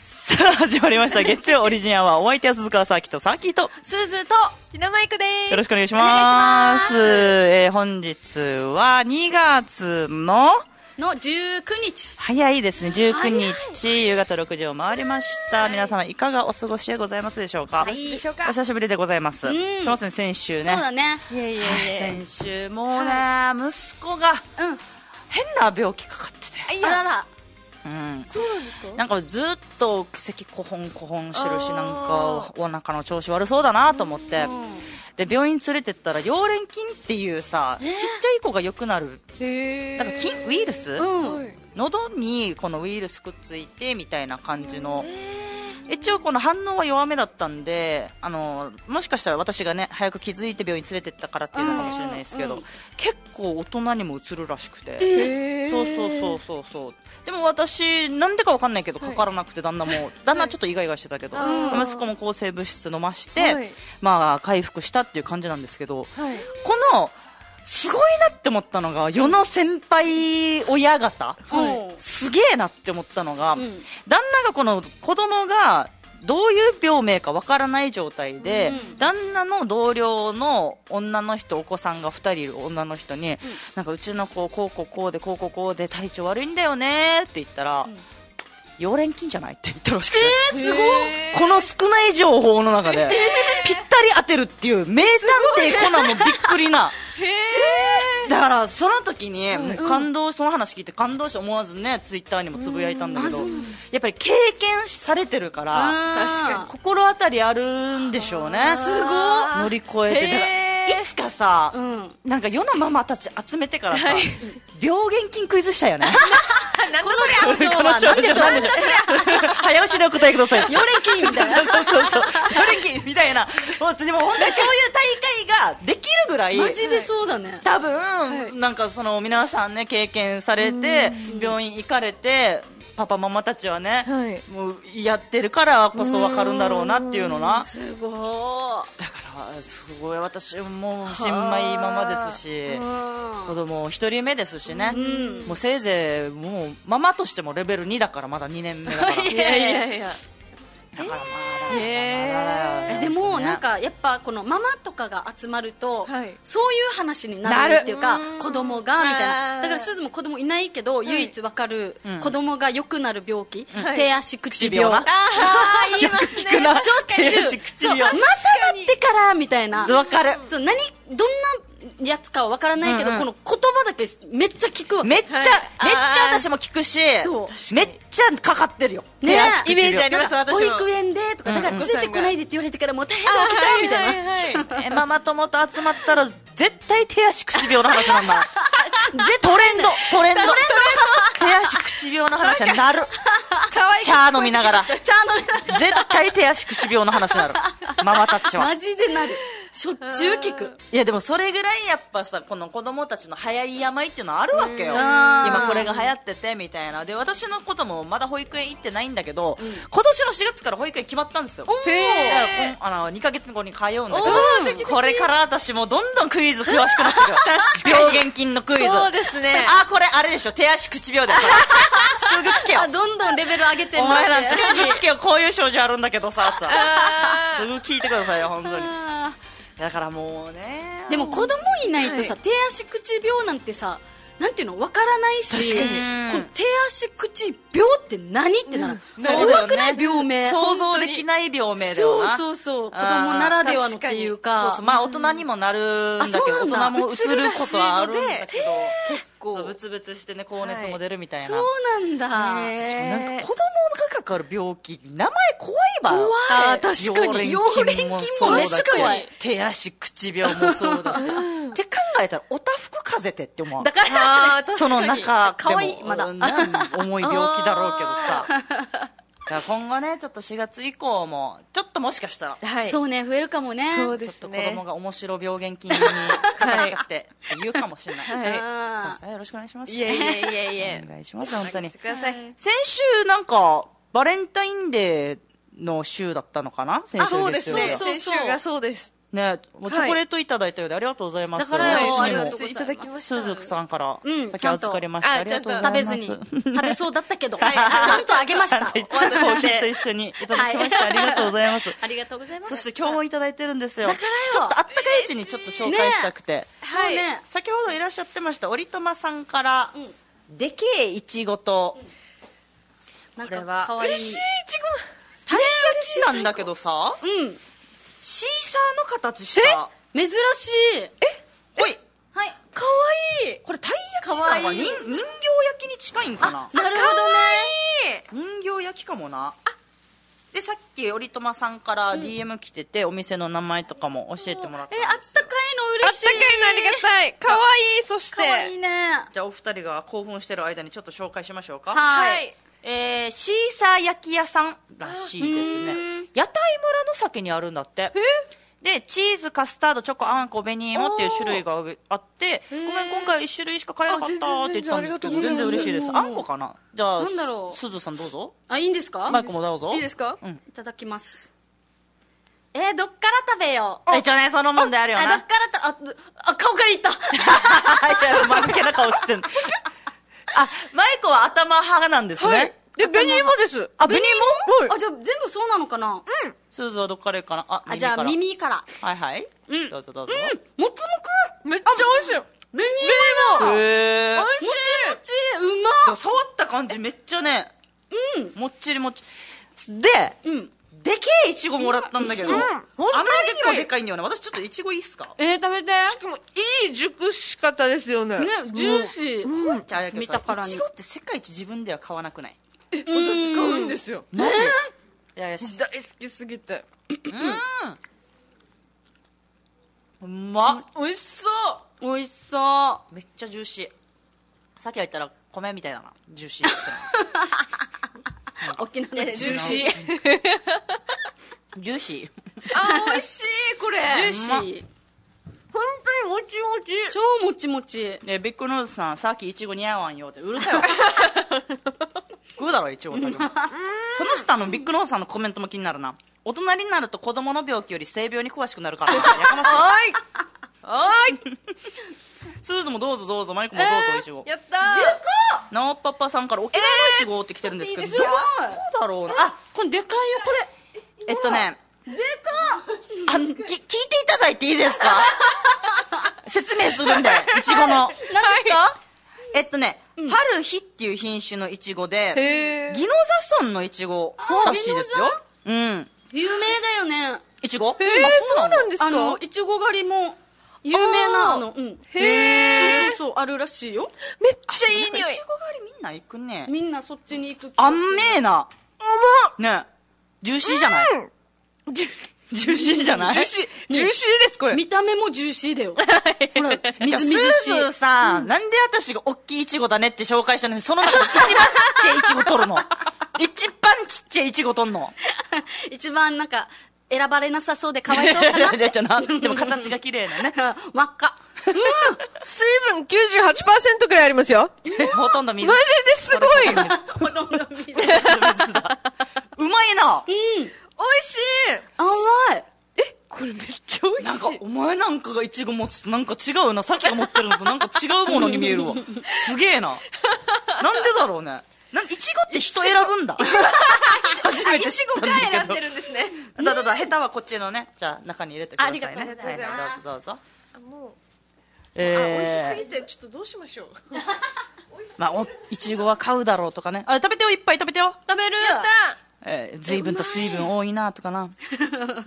始まりました。月曜オリジンアワー。お相手は鈴川サーキとサーキーと。すずと、ひなまいくです。よろしくお願いします。お願いしえー本日は2月の、ますの19日。早いですね、19日、夕方6時を回りました。皆様いかがお過ごしでございますでしょうか、はいでしょうかお久しぶりでございます。うんすいません、先週ね。そうだね。いえいえい先週もうね、息子がうん。変な病気かかってて。あらら。うん。そうなんですかなんかずっと咳こほんこほんしてるしあーなんかお腹の調子悪そうだなと思ってで病院連れてったら溶連菌っていうさ、ちっちゃい子が良くなるへなんか菌ウイルス、うん。へ喉にこのウイルスくっついてみたいな感じの一応この反応は弱めだったんであのもしかしたら私がね早く気づいて病院連れてったからっていうのかもしれないですけど、うん結構大人にもうつるらしくて。えそうそうそうそうそうでも私なんでかわかんないけどかからなくて旦那も、旦那ちょっとイガイガしてたけど、あー息子も抗生物質飲まして、はいまあ回復したっていう感じなんですけどはい。このすごいなって思ったのが世の先輩親方、はいすげえなって思ったのが、うん旦那がこの子供がどういう病名かわからない状態で、うん旦那の同僚の女の人お子さんが2人いる女の人に、なんかうちの子こうこうこうでこうこうこうで体調悪いんだよねって言ったら、ん溶連菌じゃないって言ったらしくて、すごいこの少ない情報の中で、ぴったり当てるっていう名探偵コナンもびっくりな。だからその時にもう感動しその話聞いて感動して思わずねツイッターにもつぶやいたんだけどやっぱり経験されてるから確か心当たりあるんでしょうねすごい乗り越えてだからいつかさんなんか世のママたち集めてからさ病原菌クイズしたい よねに。このこ量のは調何でし子ょうなんでしょう早押しでお答えくださいヨレキみたいな。 そうそうそう。ヨレキみたいな。もうでも本当にそういう大会ができるぐらい。マジでそうだね。多分、なんかその皆さんね経験されて病院行かれてパパママたちはね、はいもうやってるからこそ分かるんだろうなっていうのなすごだからすごい私もう新米ママですしい。うん子供一人目ですしね、んもうせいぜいもうママとしてもレベル2だからまだ2年目だか らだからいいややいいややいや。まだえまだえよでもねなんかやっぱこのママとかが集まると、はいそういう話になるっていうか子供がみたいあなーだからすずも子供いないけど、唯一わかる、うん子供が良くなる病気、い手足口口病病なあー言いますね聞くな しょっちゅう手足口病そうまたなってからみたいなわかるそう何どんなやつかはわからないけど、うんうんこの言葉だけめっちゃ聞くわ けめっちゃ、はいめっあーちゃ私も聞くしそうめっちゃかかってるよね手足口イメージありなんか保私も育園でとかだからうんつうんいてこないでって言われてからもう大変な大きさみたいな、いな。えママ友と集まったら絶対手足口病の話なん だトレンドトレンド手足口病の話にな る茶飲みながらちゃんと絶対手足口病の話になるママたちはマジでなるしょっちゅう聞くいやでもそれぐらいやっぱさこの子供たちの流行り病っていうのはあるわけよあー今これが流行っててみたいなで私のこともまだ保育園行ってないんだけど、今年の4月から保育園決まったんですよおーだからこんあの2ヶ月後に通うんだおードけどこれから私もどんどんクイズ詳しくなってく る病原菌のクイズそうですねあこれあれでしょ手足口病だ よこれすぐ聞けよあどんどんレベル上げておもらっ前なんて かすぐ聞けよこういう症状あるんだけどささすぐ聞いてくださいよ本当にあだからもうねーでも子供いないとさ、は手足口病なんてさなんていうのわからないし確こかにの手足口病って何ってなる、そうだよ怖ねくない病名想像できない病名だよそうなそううそう子供ならではのっていうかそうそうまあ大人にもなるんだけどあそう大なんだ人もうつることはあるんだけど結そう構ブ。ツブツしてね高熱も出るみたいな、そうなんだ、ねえしかもなんか子供がかかる病気名前怖いわ怖いあー確かに溶連菌もそうだ溶連菌もめっちゃ怖いし手足口病もそうだしって考えたらおたふく風邪ってって思うだからあーその中でも可愛いまだうんなん重い病気だろうけど さだから今後ねちょっと4月以降もちょっともしかしたらはい。そうね増えるかもねそうちでょっすとね子供が面白病原菌にかかっちゃってって言うかもしれない、はいそうあですねよろしくお願いしますいやいやいやいやお。願いします本当にしてください。先週なんかバレンタインデーの週だったのかな先週そうで月す曜ね。がそうそう先週がそうです。ね、もうチョコレートいただいたようで、ありがとうございます。だからよ私にもありがとうございますいただきました。鈴木さんから、うん先預かりましちた。ゃあんりとがとうござい食まべす。ずに食べそうだったけどちゃんとあげましたちゃんとコーヒーと一緒にいただきました。ありがとうございます。ありがとうございますそして今日もいただいてるんですよ。だからよちょっとあったかいうちにちょっと紹介したくて。そうね先ほどいらっしゃってました折まさんから、でけえいちごと、なんこれはか可愛い嬉しい、いちたい焼きなんだけどさ、うんシーサーの形した。珍しいおい、はいご。かわいい。これたい焼きなのかか人わいい人形焼きに近いんかなあなるほどね人形焼きかもなでさっき折まさんから DM 来てて、お店の名前とかも教えてもらったんでえすよあったかいのあっ嬉したいかいのありがたい。かわいい、そして。可愛いねじゃあお二人が興奮してる間にちょっと紹介しましょうかははいい。えー、シーサー焼き屋さんらしいですねあう屋台村の先にあるんだってでチーズカスタードチョコあんこ紅芋っていう種類があってごめん今回1種類しか買えなかったって言ってたんですけどあ全全然然全然嬉しいですあんこかなじゃあなんだろうすずさんどうぞあいいんですかマイクもどうぞいいですかうんいただきますえー、どっから食べよう一応ねその問題あるよあどっなからたああ顔からいった いや前向けな顔してんのあマイコは頭派なんですはねい。で、紅芋です。あ紅芋あじゃあ全部そうなのかなうんすずはどっから行くかなああ耳じゃかあら耳からはいはいうんどうぞどうぞうんもくもくめっちゃ美味しい。紅芋だへー美味しい。こっちうでまも触った感じめっちゃねうんもっちりもっちでうんでけえいちごもらったんだけど、あほんとまにりにもでかいんだよな私ちょっといちごいいっすかえー、食べてしかも、いい熟し方ですよね。ねジューシー、うん、じゃああれだけど見たからさいにちごって世界一自分では買わなくない私買うんですよ。マジ、いやいやし大好きすぎて。うまっ美味しそう。美味しそめっちゃジューシーさっきは言ったら米みたいだなジューシ ーですねう沖縄でジューシー。ジューシあ、美味しい、これ。ジューシー本当にもちもち。超もちもちーでビッグノーズさんさっきいちご似合わんよってうる さいわ食うだろいちごさっきもその下のビッグノーズさんのコメントも気になるな大人になると子供の病気より性病に詳しくなるから なやかましいわはい。はい。スーズもどうぞどうぞマイクもどうぞ、いちごやったー。なおパパさんから沖縄のいちごって来てるんですけど、えーどういいどうだろうなあこれでかいよこれえっとねでかあき聞いていただいていいですか説明す るんでいちごの何ですかえっとね、春日っていう品種のいちごでへ宜野座村のいちごらしいですようん有名だよねいちごえー、そうなんですかあのいちご狩りも有名なあーあのうんへーそうそうそうあるらしいよめっあちゃいい匂いなんかいちご狩りみんな行くねみんなそっちに行くあんねえな甘っねジューシーじゃない、ジュジューシーじゃないジューシー、ジューシーです、これ。見た目もジューシーだよほらみずみいやずしいスーズーさ、ん、なんで私がおっきいイチゴだねって紹介したのに、その中で一番ちっちゃいイチゴ取る の。一番ちっちゃいイチゴ取んの。一番なんか選ばれなさそうでかわいそう かいやじゃあな でも形が綺麗なね。な輪っか水分98%くらいありますよ。ほとんど水。マジですごいそれちょっとほとんど水水水だうまいな。美味しい甘いえ、これめっちゃ美味しい。なんか、お前なんかがイチゴ持つとなんか違うな。さっきが持ってるのとなんか違うものに見えるわ。すげえな。なんでだろうね。なん、イチゴって人選ぶ んだ。初めて知ったんだけど。るんですね。だだだ、下手はこっちのね、じゃあ中に入れてくださいね。ありがとうございますはどうぞどうぞ。あもう、えあ、美味しすぎて。て、ちょっとどうしましょう。まあ、お、いちごは買うだろうとかね。あ、食べてよ、いっぱい食べてよ。食べるやったえー、随分と水分多いなとか な。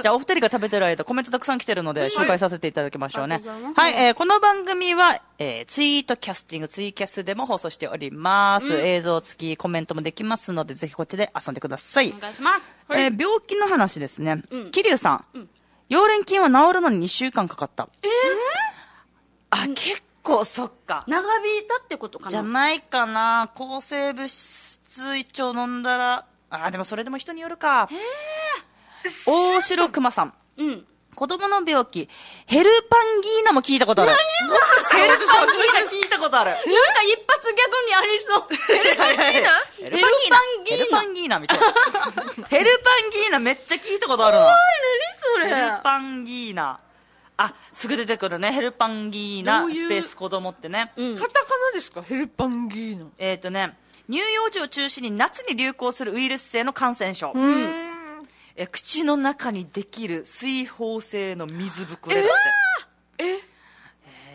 じゃあ、お二人が食べてる間、コメントたくさん来てるので、紹介させていただきましょうあねりがとうござい。まはい、えーこの番組は、えーツイートキャスティング、ツイキャスでも放送しております。映像付きコメントもできますので、ぜひこっちで遊んでくださいお。願いしますえー病気の話ですね。うん桐生さん,、溶連菌は治るのに2週間かかった。えあ、結構、そっか。長引いたってことかじゃなないかな。抗生物質胃腸飲んだら、あ、でもそれでも人によるか。大城熊さん。 うん子供の病気、ヘルパンギーナも聞いたことある。ヘルパンギーナ聞いたことある。なんか一発ギャグにありそう。ヘヘルパンギーナヘルパンギーナみたいな。ヘルパンギーナめっちゃ聞いたことあるな。そヘルパンギーナ。あすぐ出てくるねヘルパンギーナどういうスペース子供ってね、うんカタカナですかヘルパンギーナ。えっ、とね乳幼児を中心に夏に流行するウイルス性の感染症、うん。え口の中にできる水泡性の水ぶくれだってえ、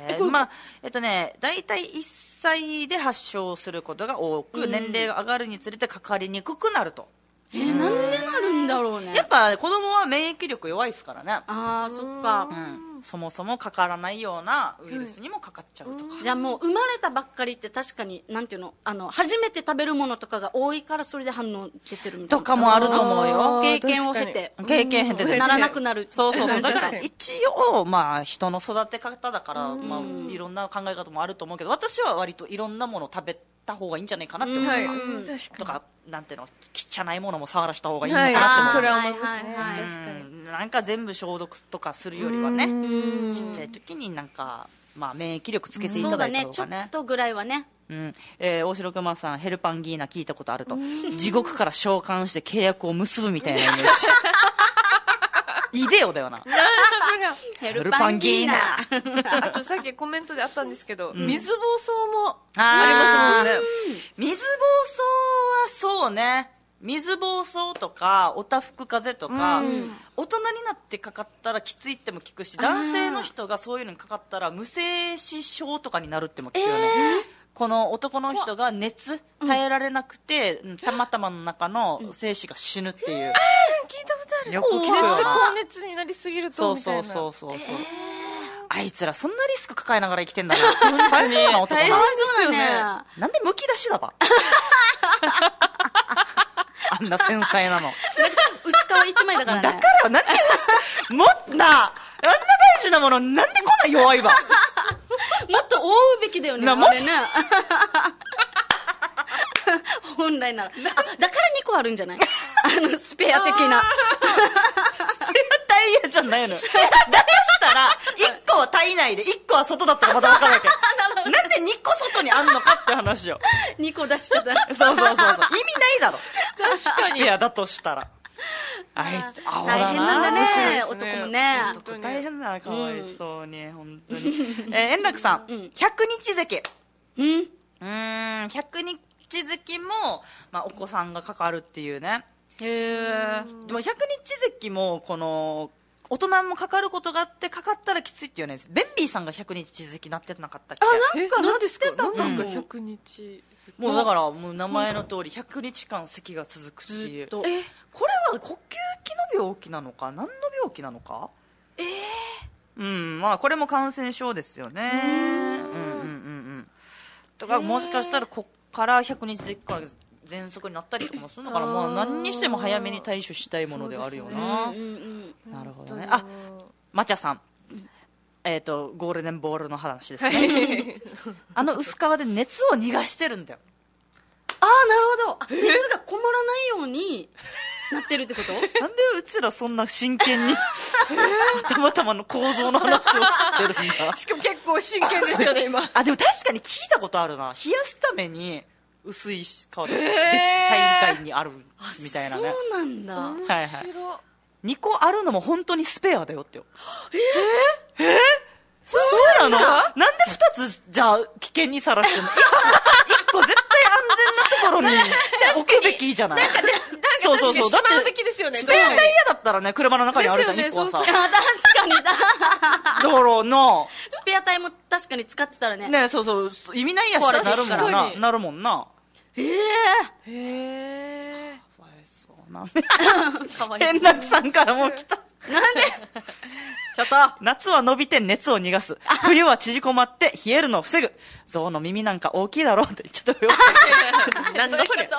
えーまあえっとね大体1歳で発症することが多く、年齢が上がるにつれてかかりにくくなるとえー、なんでなるんだろうねやっぱ子供は免疫力弱いですからね、あーそっかうん、そもそもかからないようなウイルスにもかかっちゃうとか、じゃあもう生まれたばっかりって確かになんていうのあの初めて食べるものとかが多いからそれで反応出てるみたいとなかもあると思うあよー経験を経て経験経てうんねならなくなるそう そうそうだか確からに一応まあ人の育て方だからまあいろんな考え方もあると思うけど私は割といろんなものを食べた方がいいんじゃないかなって思う、はい。うん確かに。とかなんていうの汚いものも触らした方がいいのかはい。なって思あーうそれは思いますね。はいはういんは確かに。なんか全部消毒とかするよりはねうんちっちゃい時になんか、まあ、免疫力つけていそうただだいた方ねちょがっねとぐらいはねうんえー大城熊さんヘルパンギーナ聞いたことあると地獄から召喚して契約を結ぶみたいなイメ ージイデオだよなあそヘルルパパンンギギーナーナれがあとさっきコメントであったんですけど、ん水暴走もあーありますもんね。水暴走はそうね水暴走とかおたふく風邪とか、うん大人になってかかったらきついっても聞くし男性の人がそういうのにかかったら無精子症とかになるっても聞くよね、この男の人が熱耐えられなくて、うんたまたまの中の精子が死ぬっていう、聞いたことあるよく聞くよな熱高熱になりすぎるそうとみたいそなうそうそうそう、あいつらそんなリスク抱えながら生きてんだ から大変そうな男大変なですよねねなんでむき出しだば あんな繊細なの薄皮一枚だからねだから、なんで嘘、もっな、あんな大事なもの、なんでこんな弱いわ。もっと覆うべきだよね、なあれね。 本来なら。あ、だから2個あるんじゃないあの、スペア的な。ダイヤじゃないの。だとしたら、1個は体内で、1個は外だったらまた分かるわけ。 なんで2個外にあんのかって話を。 2個出しちゃったら。そうそうそうそう。意味ないだろ。確かに。いや、だとしたら。あいつ、青だな。大変なんだねそうで男もすねね。本当に大変だな、かわいそうに、本当に。えー、円楽さん、100日関。うん。うーん、100日月も、まあ、お子さんがかかるっていうね。へでも100日月も、この、大人もかかることがあって、かかったらきついっていうね。ベンビーさんが100日月になってなかったっけなんか何ですか何ですかうん100日もうだから、もう名前の通り、100日間咳が続くってずいうっ。と。これは呼吸器の病気なのか何の病気なのかええうんまあこれも感染症ですよねうんうんうんうんとかもしかしたらこっから100日でから喘息になったりとかもするのかなあーまあ何にしても早めに対処したいものではあるよな、うんうんなるほどね本あ当にもうまちゃさんえっ、とゴールデンボールの話ですね あの薄皮で熱を逃がしてるんだよああ、なるほど。あ熱がこもらないようになってるってことなんでうちらそんな真剣に たまたまの構造の話をしてるんだしかも結構真剣ですよね今あでも確かに聞いたことあるな冷やすために薄い皮です絶対以外にあるみたいなねそうなんだ。面はい白2個あるのも本当にスペアだよってよそうそうなのですなかんで2つじゃあ危険にさらしてんの 1, 個絶対安全なところに置くべきじゃないそうそうそうだだってっしまうべてきですよねスペアタイヤだったらね車の中にあるじゃんです1個よはねさあ確かにだ。だからな スペア体も確かに使ってたらね。ねそうそう意味ないやしってなるもん確かなになるもんなええへえかわいそうなかわいそう円。楽さんからも来たなんでちょっと夏は伸びて熱を逃がす。冬は縮こまって冷えるのを防ぐ。象の耳なんか大きいだろうって、ちょっとよ。なんだそれ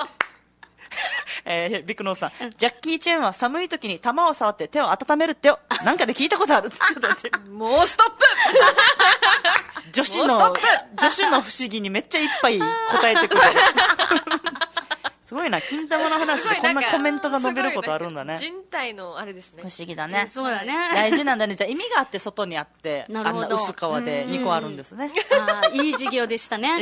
えー、ビクノーさん、ジャッキー・チェンは寒い時に玉を触って手を温めるってよ。なんかで聞いたことあるって、ちょっと待って。もうストップ女子の、女子の不思議にめっちゃいっぱい答えてくれる。すごいな、金玉の話すでごいこんんなかコメントが述べることあるんだね。すごいなんか人体のあれですね不思議だね。そうだね。大事なんだね。じゃあ意味があって外にあって、あなんるほどな薄皮で2個あるんですね。ああ、いい授業でした ね。あの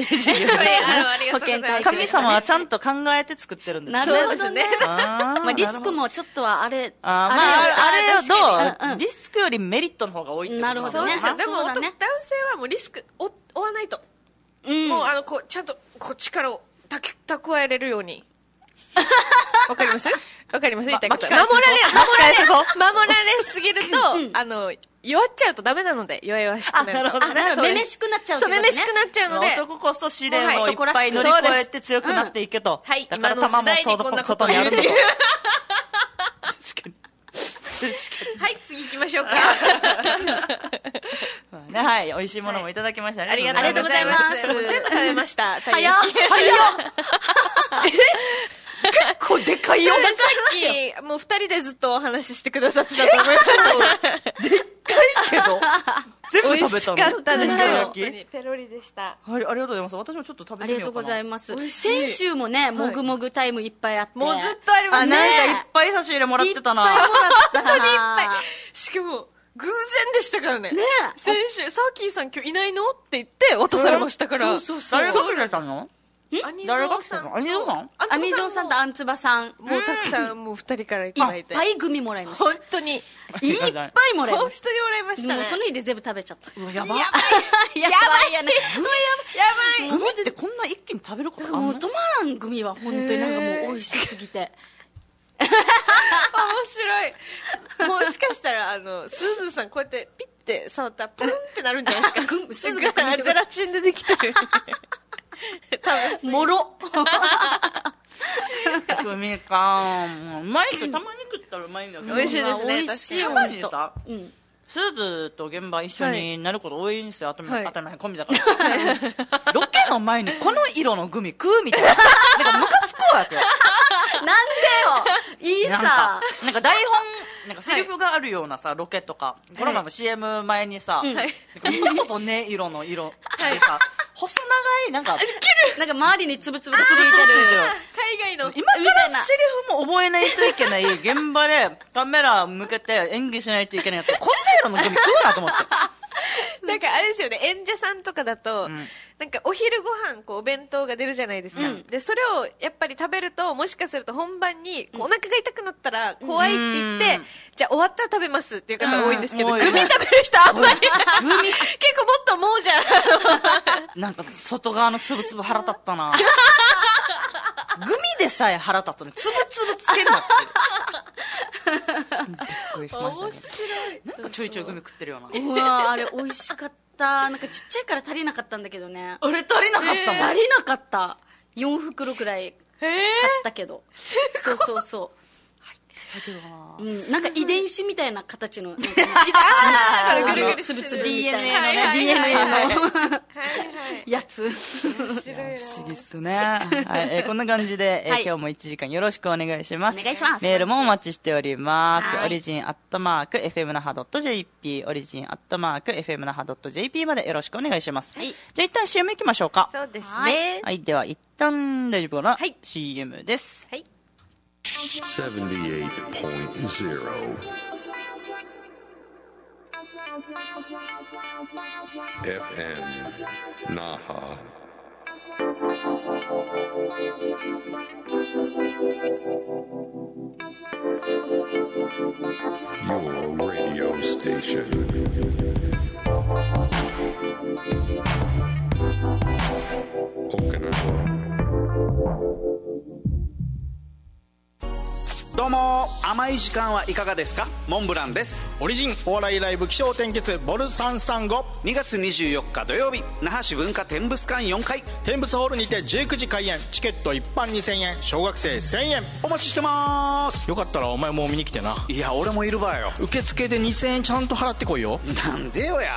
ありがとうございます保健体育神様はちゃんと考えて作ってるんですねなるほどね。あーまあ、リスクもちょっとはあれ、あーまあ、あれよどう、リスクよりメリットの方が多いってことなるほそどうねですよ。であもそうだ男ね男性はもうリスクを負わないと。うんもうあのこうちゃんとこう力をたき蓄えれるように。わかります？わかります？言いたいこと。守られれ守守られすぎるとあの弱っちゃうとダメなので弱々しくなると。あなるほどねあなるほどそうめですめしくなっちゃうってそうことめねめしくなっちゃうので。男こそ試練をいっぱい乗り越えて強くなっていけと、はいだから玉も今の時代にこんなこと外にあるんだと言う確かに確かはい次行きましょうか。に、まあね、はい美味しいものもいただきました、ありがありがととううごござざいいまますす。全部食べま した。たい早っ焼き結構でかいよ さっきもう二人でずっとお話ししてくださってたと思います。けど全部 美食べ味たしのかったです卵よ。本焼当きにペロリでした。ありありがとうございます私もちょっと食べあてりみがとようかうごなざいます美味しい先週もねもぐもぐタイムいっぱいあってもうずっとありまあしなんた。かいっぱい差し入れもらってたな本当にいっぱいしかも、偶然でしたからね。ねえ先週、サーキーさん今日いないのって言って渡されましたから。そうそう誰そがうくれたの兄誰が蔵来たさんの兄蔵さんあみぞうさんとあんつばさんいっもうたくさん、もう二人からいたぱだいいて。組もらいました本当に。いっぱいもらい本まし当にもらいましたたもうね。その日で全部食べちゃったうわやばやばいやねやグミってこんな一気に食べることあんものう止まらん組は本当になんかもう美味しすぎてばい面白い。もうしかしたら、あの、スーズーさんこうやってピッて触ったらプルンってなるんじゃないですか。グ鈴鹿君見てくゼれラチンでできてる。もろグミかもううまいけどたまに食ったらうまいんだけど美味しいですね美味しいたまにさうんスーズと現場一緒になること多いんですよ、頭はい頭に込みだからロケの前にこの色のグミ食うみたいななんかムカつくわけよなんでよいいなんかさなんか台本なんかセリフがあるようなさ、ロケとかこの前も CM 前にさ、んなんか見たことねえ色の色でさ、細長いなんかなんか周りにつぶつぶつぶついついてる海外の。今かみたいらなセリフも覚えないといけない現場でカメラ向けて演技しないといけないやつこんな色のグミ食うなと思ってなんかあれですよね、演者さんとかだと、んなんかお昼ご飯こうお弁当が出るじゃないですか、うんでそれをやっぱり食べると、もしかすると本番にこうお腹が痛くなったら怖いって言って、うんじゃあ終わったら食べますっていう方多いんですけど、うんグミ食べる人あんまり、結グミ構もっともうじゃん、なんか外側のつぶつぶ腹立った なグミでさえ腹立つのにつぶつぶつけんなっていうびっくりしま面したけ白い。どなんかちょいちょいグミ食ってるようなうわーあれ美味しかったなんかちっちゃいから足りなかったんだけどねあれ足りなかったもん、足りなかった4袋くらいへえ買ったけど、そうそうそだけどなう、うん、なんか遺伝子みたいな形のなんかねあーあぐるぐのるつぶつぶみ DNA たいのね、な、はいはい DNA の はいはい。やつ 面白いな。不思議っすね、はいえーこんな感じで、えーはい今日も1時間よろしくお願いしますお願いしますメールもお待ちしておりますはいオリジンアットマーク FM 那覇 .jp オリジンアットマーク FM 那覇 .jp までよろしくお願いします、はいじゃあ一旦 CM 行きましょうかそうですはねい。はいでは一旦大丈夫かな、はい CM ですはい。 78.0 FM Naha. your radio station. Okinawa. どうも甘い時間はいかがですかモンブランですオリジンお笑いライブ気象転結ボル335 2月24日土曜日那覇市文化天物館4階天物ホールにて19時開演チケット一般2000円小学生1000円お待ちしてますよかったらお前も見に来てないや俺もいるばよ受付で2000円ちゃんと払ってこいよなんでよや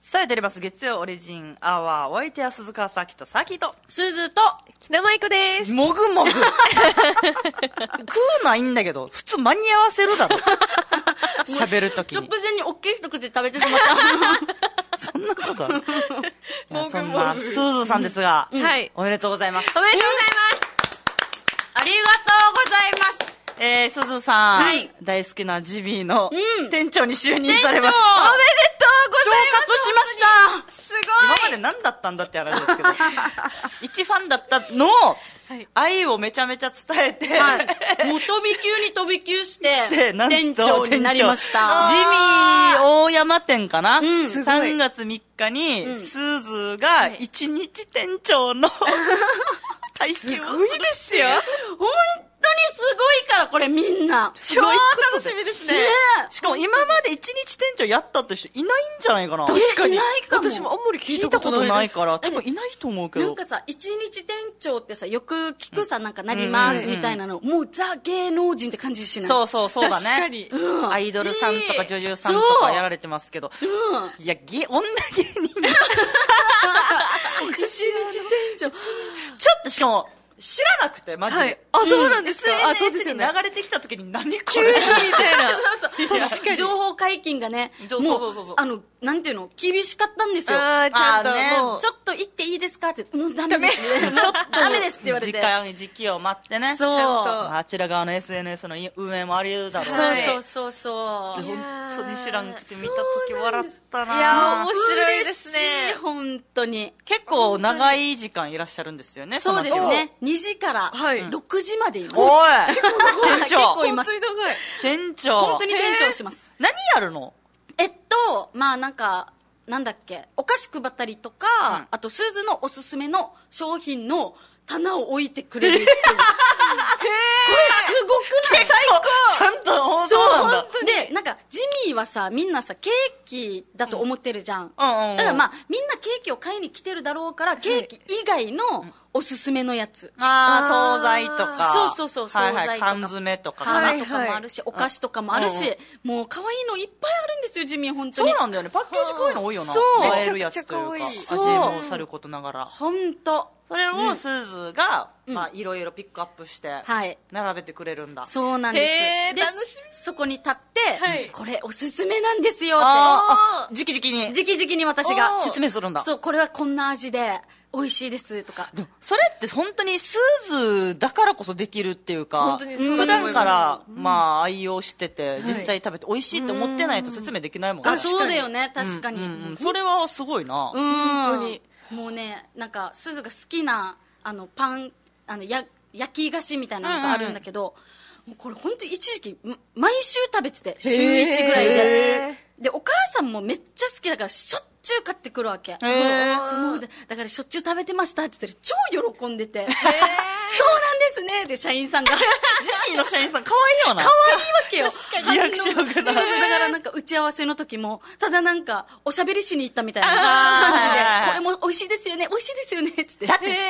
さあやっております月曜オリジンアワーお相手は鈴川サキとサキとすずと木田舞子です。もぐもぐ 食うないんだけど普通間に合わせるだろ喋るとき直に前に大きい一口食べてしまったそんなことあるいやもぐもぐそんな、スーズーさんですが、はいおめでとうございます。おめでとうありがとうございますえー、スーズーさん、はい大好きなジビーのうん店長に就任店長されました。おめでとうございます昇格しましたございます。すごい今まで何だったんだって話ですけど、一ファンだったのを、はい愛をめちゃめちゃ伝えて、はい。もう飛び級に飛び級して、してなんと店長になりまし店た。長ジミー大山店かな、んす3月3日に、うんスーズが一日店 長の、体験をするですよ。本当にすごいから、これみんな。超楽しみですね。しかも今まで一日店長やったって人いないんじゃないかな確かに。いないかも。私もあんまり聞聞いいたたここととなないいです。から多分いないと思うけなんどかさ、一日店長ってさ、よく聞くさ、なんかなりますみたいなの、もうザ芸能人って感じしないそうそうそうだね確かにうんアイドルさんとかいい女優さんとかやられてますけどいやげ女芸人一日ち店長。ょっとしかも知らなくてマジで、はい。あ、そうなんですか。あ、そうで SNS すよにね。流れてきた時に何これみたいな。そうそう確かに情報解禁がね、そうもそうそうそうあの、なんていうの、厳しかったんですよ。あーちゃんとあーねもうちょっと行っていいですかって、もうダメです、ね。もうダメですって言われて。時間時期を待ってねそうちゃんとあちら側の SNS の運営もあり得るだろうそうしそうそうそう。本当に知らんくて見た時そうな笑んっですたいやなー面白いですね嬉しい本当に。結構長い時間いらっしゃるんですよねそうですこの時はね。2時からはい6時までいます。お い店結構長います本。当に長い。店長本当に店長します。何やるのえっと、まあなんか、なんだっけ、お菓子配ったりとか、うんあと、スーズのおすすめの商品の棚を置いてくれ るっていう。これすごくない ちゃんとおそそうなんうだで、なんか、ジミーはさ、みんなさ、ケーキだと思ってるじゃん。うんうんうんだからまあ、みんなケーキを買いに来てるだろうから、ケーキ以外のおすすめのやつ。ああ惣菜とかそうそうそうはいはい惣菜とか缶詰とかか花なとかもあるし、お菓子とかもあるし、もう可愛いのいっぱいあるんですよ、ジミー、本当そうに。なんだよねパッケージ可愛いの多いよなそう映えるやつというかめちゃくち味ゃ可愛いもさることながらほんと。それをすずが、んまあ、いろいろピックアップして、はい並べてくれるんだ。そうなんです。へーで楽しみそこに立って、はいこれおすすめなんですよって。あーあ、おじきじきに。じきじきに私がおー説明するんだそう、これはこんな味で、美味しいですとか。それって本当にスーズだからこそできるっていうか、本当にそう普段だと思いますから、まあ、愛用してて、実際食べて美味しいって思ってないと説明できないもんね。あ、そうだよね、確かに。うんうんそれはすごいな。うん当にもうねなんかすずが好きなあのパンあのや焼き菓子みたいなのがあるんだけど、もうこれ本当一時期ん毎週食べてて週1ぐらいででお母さんもめっちゃ好きだからしょっちゅう買ってくるわけへーそうもうだだからしょっちゅう食べてましたって言ったら超喜んで てそうなんですねで社員さんがジミーの社員さん、可愛いよな。いいわけよリアクションがな反応そうだからなんか打ち合わせの時もただなんかおしゃべりしに行ったみたいなあー感じでこれも美味しいですよね美味しいですよねっつってだって、そりゃ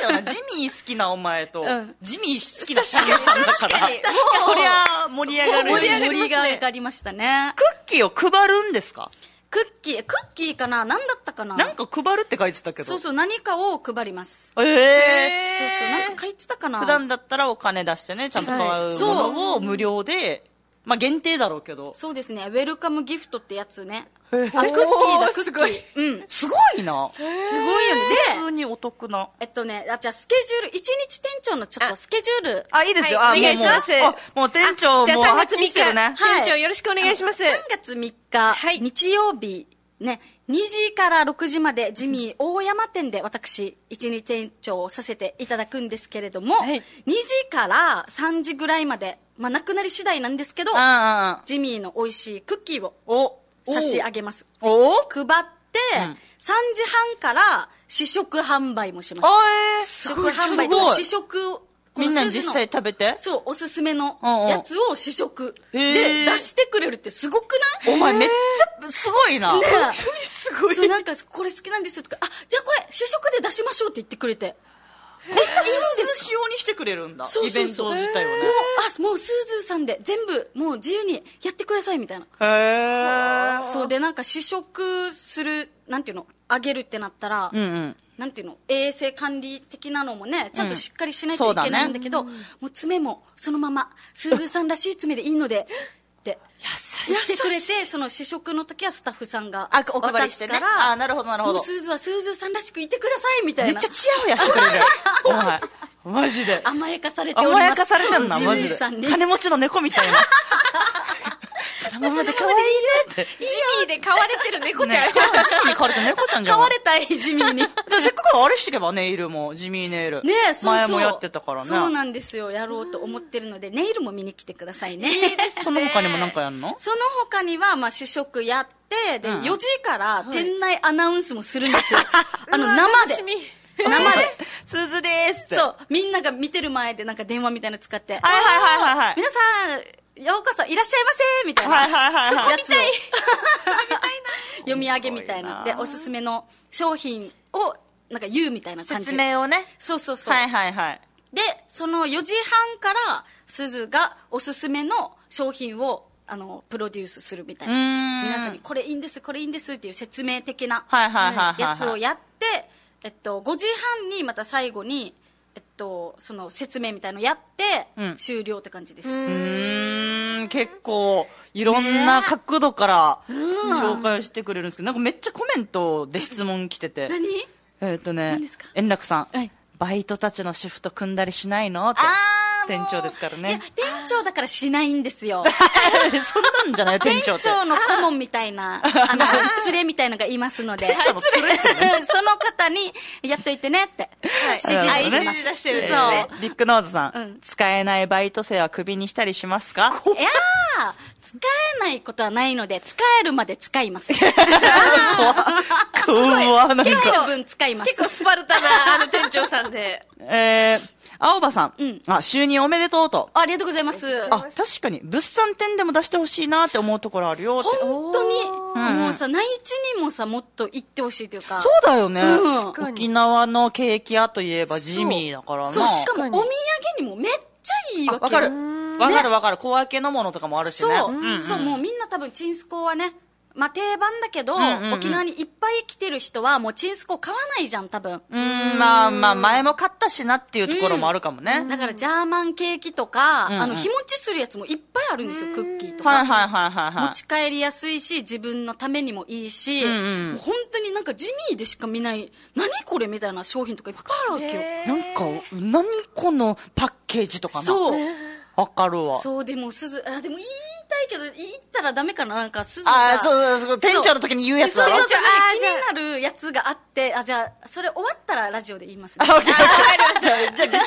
そうだよな。ジミー好きなお前と、んジミー好きな社員さんだから、そりゃ盛り上がるよ盛りね上がりりまますねしたねクッキーを配るんですかクッキークッキーかな何だったかななんか配るって書いてたけど。そうそう何かを配りますええそうそうなんか書いてたかな普段だったらお金出してね、ちゃんと買うものを無料で、まあ限定だろうけど。そうですねウェルカムギフトってやつねあクへッーキーだクッキすごいーうんすごいな。すごいよね普で通にお得な。えっとねあじゃあスケジュール一日店長のちょっとスケジュールあ、いいですよ。はいあ、お願いしますもうもうあもう店長、じゃもうあ3はっ月き3りしてる日、ね。はい店長よろしくお願いします。 3月3日、日曜日、ね、2時から6時まで、ジミー大山店で私、一日店長をさせていただくんですけれども、い2時から3時ぐらいまで、まあ、なくなり次第なんですけど、うんうんジミーの美味しいクッキーをお、差し上げます。おお配って、3時半から試食販売もします。あえー試す食ごい販売とか試食をこみのんなに数字実の際食べて。そう、おすすめのうんうんやつを試食へでー出してくれるってすごくないお前めっちゃ、すごいな。本当にすごい。そう、なんか、これ好きなんですよとか、あ、じゃあこれ、試食で出しましょうって言ってくれて。こんな数字仕様にしてくれるんだ。そうイそベうンそう。ト自体をねもう。、あ、もうスーズーさんで全部、もう自由にやってくださいみたいな。へえ。そう、で、なんか試食する、なんていうの、あげるってなったら、うんうん。なんていうの、衛生管理的なのもね、ちゃんとしっかりしないうんとそいうだねけないんだけど、もう爪もそのまま、スーズーさんらしい爪でいいので、って。優やってくれて、その試食の時はスタッフさんがあお配りしてね渡すからあなるほどなるほどもうスーズはスーズさんらしくいてくださいみたいめな。っちゃチヤホヤしてくれ るお前マジで甘やかされております。甘やかされてんなマジジミーで さんに。金持ちの猫みたいなそれままで可愛いねって。ジミーで飼われてる猫ちゃん。ね、ジミーに飼われた猫ちゃんじゃ買ん。われたい地味にねだからせっかくあれしてけばネイルも地味ネイル。えそうそう前もやってたからね。そうなんですよやろうと思ってるのでネイルも見に来てくださいねその他にもなんかやんのその他には、まあ、試食やって、で、うん4時から店内アナウンスもする んですよ。あの、うわ生で楽しみ。生で。鈴ですって。そう。みんなが見てる前でなんか電話みたいなの使って。はいはいはいはいはい皆さん、ようこそいらっしゃいませみたいな。はいはいはいはいそこ見たい 読み上げみたいな。で、おすすめの商品を、なんか言うみたいな感じ。説明をね。そうそうそう。はいはいはい。で、その4時半から、すずがおすすめの商品を、あの、プロデュースするみたいうな。ーん皆さんに、これいいんです、これいいんですっていう説明的な、はいはいはいはいはいやつをやって、えっと、5時半にまた最後に、えっと、その説明みたいのやって、うん終了って感じです。うーん、結構、いろんな角度から紹介をしてくれるんですけど、なんかめっちゃコメントで質問来てて。何えーっとね何ですか、円楽さん、はいバイトたちのシフト組んだりしないのってあー店もう長ですからいやね。店長だからしないんですよ。そんなんじゃないよ店長って。店長の顧問みたいな、 あの、連れみたいのがいますので、店長の連れその方に、やっといてねって、はい指示なるほ出しどねま指示出してるんそう。ですいねやビッグノーズさん,、うん使えないバイト生はクビにしたりしますかこー、使えないことはないので、使えるまで使います。 うわ、なん今日のか。分使います。結構スパルタなあの店長さんで。えー、青葉さん,、うんあ、就任おめでとうと。ありがとうございます。あ、確かに、物産展でも出してほしいなって思うところあるよって。本当に、うんもうさ、内地にもさ、もっと行ってほしいというか。そうだよね、うん沖縄のケーキ屋といえばジミーだからな。そう、しかもお確土かに産にもめっちゃいいわあけ。わかる。わかねるわかる。小分けのものとかもあるしね。そう、んんそう、もうみんな多分チンスコはね、まあ定番だけど、んうんうん沖縄にいっぱい来てる人はもうチンスコ買わないじゃん、多分。うーん、まあまあ、前も買ったしなっていうところもあるかもね。だからジャーマンケーキとか、んうんあの、日持ちするやつもいっぱいあるんですよ、クッキーとか。はいはいはいはいは持い。ち帰りやすいし、自分のためにもいいし、んうんもう本当になんか地味でしか見ない、何これみたいな商品とかいっぱいあるわけよ。なんか、何このパッケージとかな。そう。わかるわ。そう、でも、すず、あ、でも言いたいけど、言ったらダメかな、なんか、すずが。ああ、そうそうそう。店長の時に言う やつそだうろ。そうそうあーじゃ気になるやつがあって、あ、じゃあ、それ終わったらラジオで言いますね。あ、オッケー。じゃあ、じゃあ実際は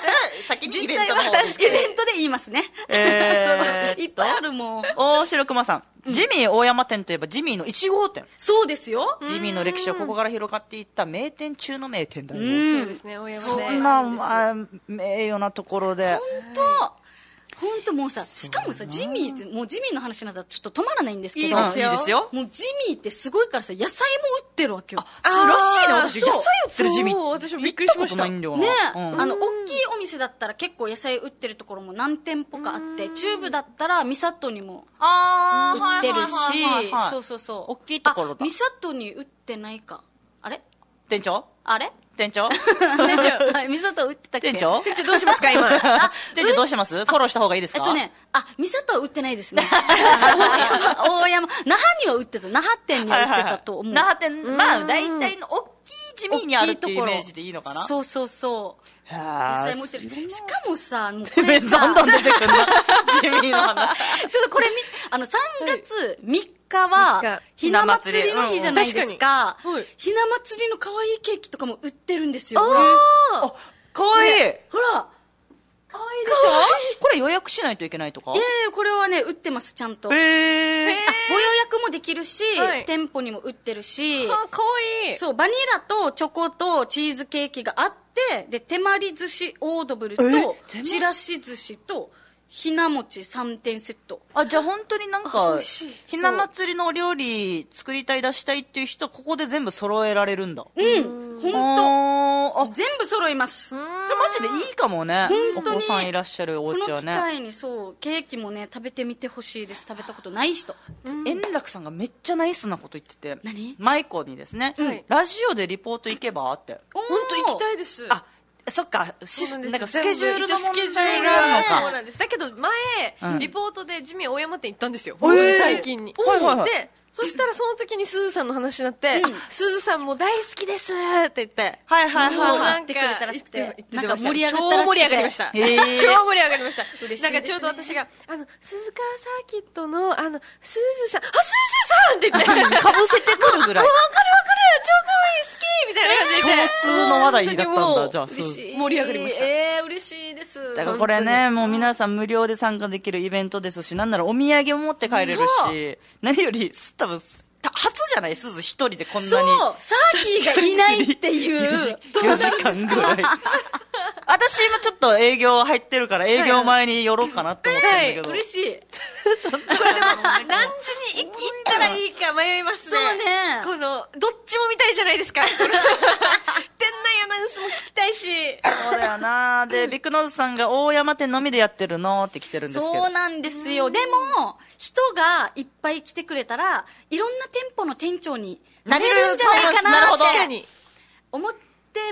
先にイ実ベン際トはの方にイベントで言いますね。えー そういっぱいあるもん。大城熊さん。ジミー大山店といえばジミーの1号店。そうですよ。ジミーの歴史はここから広がっていった名店中の名店だよ。そうですね、親もそんね。な、まあ、名誉なところで。本当本当もうさ、しかもさ、ジミーって、もうジミーの話なんだちょっと止まらないんですけど、いうんいですよもうジミーってすごいからさ、野菜も売ってるわけよ。そうらしいね、私。野そう菜売ってる地味。そう私もびっくりしました行ったことねないんだよな。うんあの、大きいお店だったら結構野菜売ってるところも何店舗かあって、チューブだったらミサトにもあー売ってるしはいはいはいはい、そうそうそう。大きいところだあミサトに売ってないか。あれ店長あ れ店長店長。あれミサト売ってたっけ店長店長どうしますか、今。あ、 店長どうしますフォローした方がいいですえかっとね、あ、ミサトは売ってないで すね。大山。那覇には売ってた。那覇店にははい売っはいてはたいと思う。那覇店、まあ、大体の大きい地味にあるっていうイ大きところメージでいいのかなそうそうそう。野野菜も売ってる し。しかもさ、もうこど れんさ、どん出てくる な。地味の話。ちょっとこれみ、あの、3月3日は日、ひな祭りの日じゃないですかうんうん確かにはい。ひな祭りの可愛いケーキとかも売ってるんですよ。ほら、おーかわいい。ほら可愛いでしこれ予約しないといけないとかょいやいや、これはね、売ってます、ちゃんと。えあえご予約もできるしはい、店舗にも売ってるし、あ、かわいい。そう、バニラとチョコとチーズケーキがあって、で、手まり寿司オードブルと、ちらし寿司と、ひな餅3点セット。あ、じゃあ本当になんか、しいひな祭りのお料理作りたい出したいっていう人、ここで全部揃えられるんだ。うん、ほんと。当あ、じ全部揃います。ゃあマジでいいかもね。お本当に子さんいらっしゃるおこの家は機ね。会にそうケーキもね食べてみてほしいです食べたことない人円楽さんがめっちゃナイスなこと言ってて。何マイコにですね、んラジオでリポート行けばって。本本当行きたいです。あ、そっか、シそうフトなんです、なんかスケジュールの全部一応スケ問ジュー題ルがあるのそうか。なんです。だけど前、うんリポートでジミー大山店行ったんですよ。本当に最近に。はいはいはいで、そしたらその時にすずさんの話になってうん「すずさんも大好きです」って言ってはいはいはいはいってくれたらしくてなんか盛り上がったらしくて超盛り上がりました、へー超盛り上がりました嬉しいですなねんかちょうど私があの鈴鹿サーキットのあのすずさんあすずさんって言ってかぶせてくるぐらいわかるわかる超可愛い好きみたいな感じで共通の話題だったんだじゃあ嬉しい盛り上がりましたえー、嬉しいですだからこれねもう皆さん無料で参加できるイベントですしなんならお土産も持って帰れるそし何よりす多分すた初じゃないすず一人でこんそなにうサーキーがいないって いう4時間ぐらい私今ちょっと営業入ってるから営業前に寄ろうかなと思ったんだけど、嬉しい本当に何時に行ったらいいか迷いますねそうねこのどっちも見たいじゃないですか店内アナウンスも聞きたいしそうだよなでビッグノーズさんが大山店のみでやってるのって来てるんですけどそうなんですよでも人がいっぱい来てくれたらいろんな店舗の店長になれるんじゃないなかるなほっど確かてに思って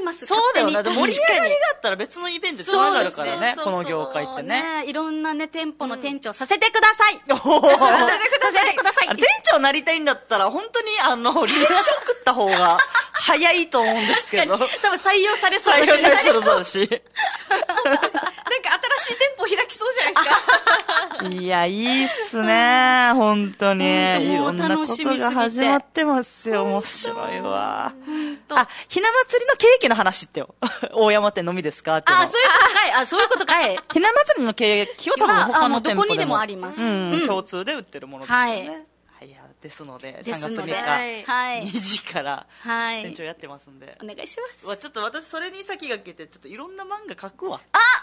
ますそうだよな勝手でにも盛り上がりがあったら別のイベントつながるからねそうこそのうそう業界ってねいろんなね店舗の店長させてください、おーさせてくださいあ店長になりたいんだったら本当にあ の履歴書送った方が早いと思うんですけど多分採用されそう採だ用しされそうだしなんか新しい店舗開きそうじゃないですかいや、いいっすね。本当に。当いろんなこもう楽しとみすぎてが始まってますよ。面白いわ。あ、ひな祭りのケーキの話ってよ。 大山店のみですかっていうのあそういうことかいあそういうことかいひな祭りのケーキを多分は他あものうど店こ舗でも。にでもありますうん、うん共通で売ってるものですよはいね。はい。いや、ですので、です3の月で3はい日、2時から、はい店長やってますんでお。願いしますわちょっと私それに先駆けて、ちょっといろんな漫画書くわ。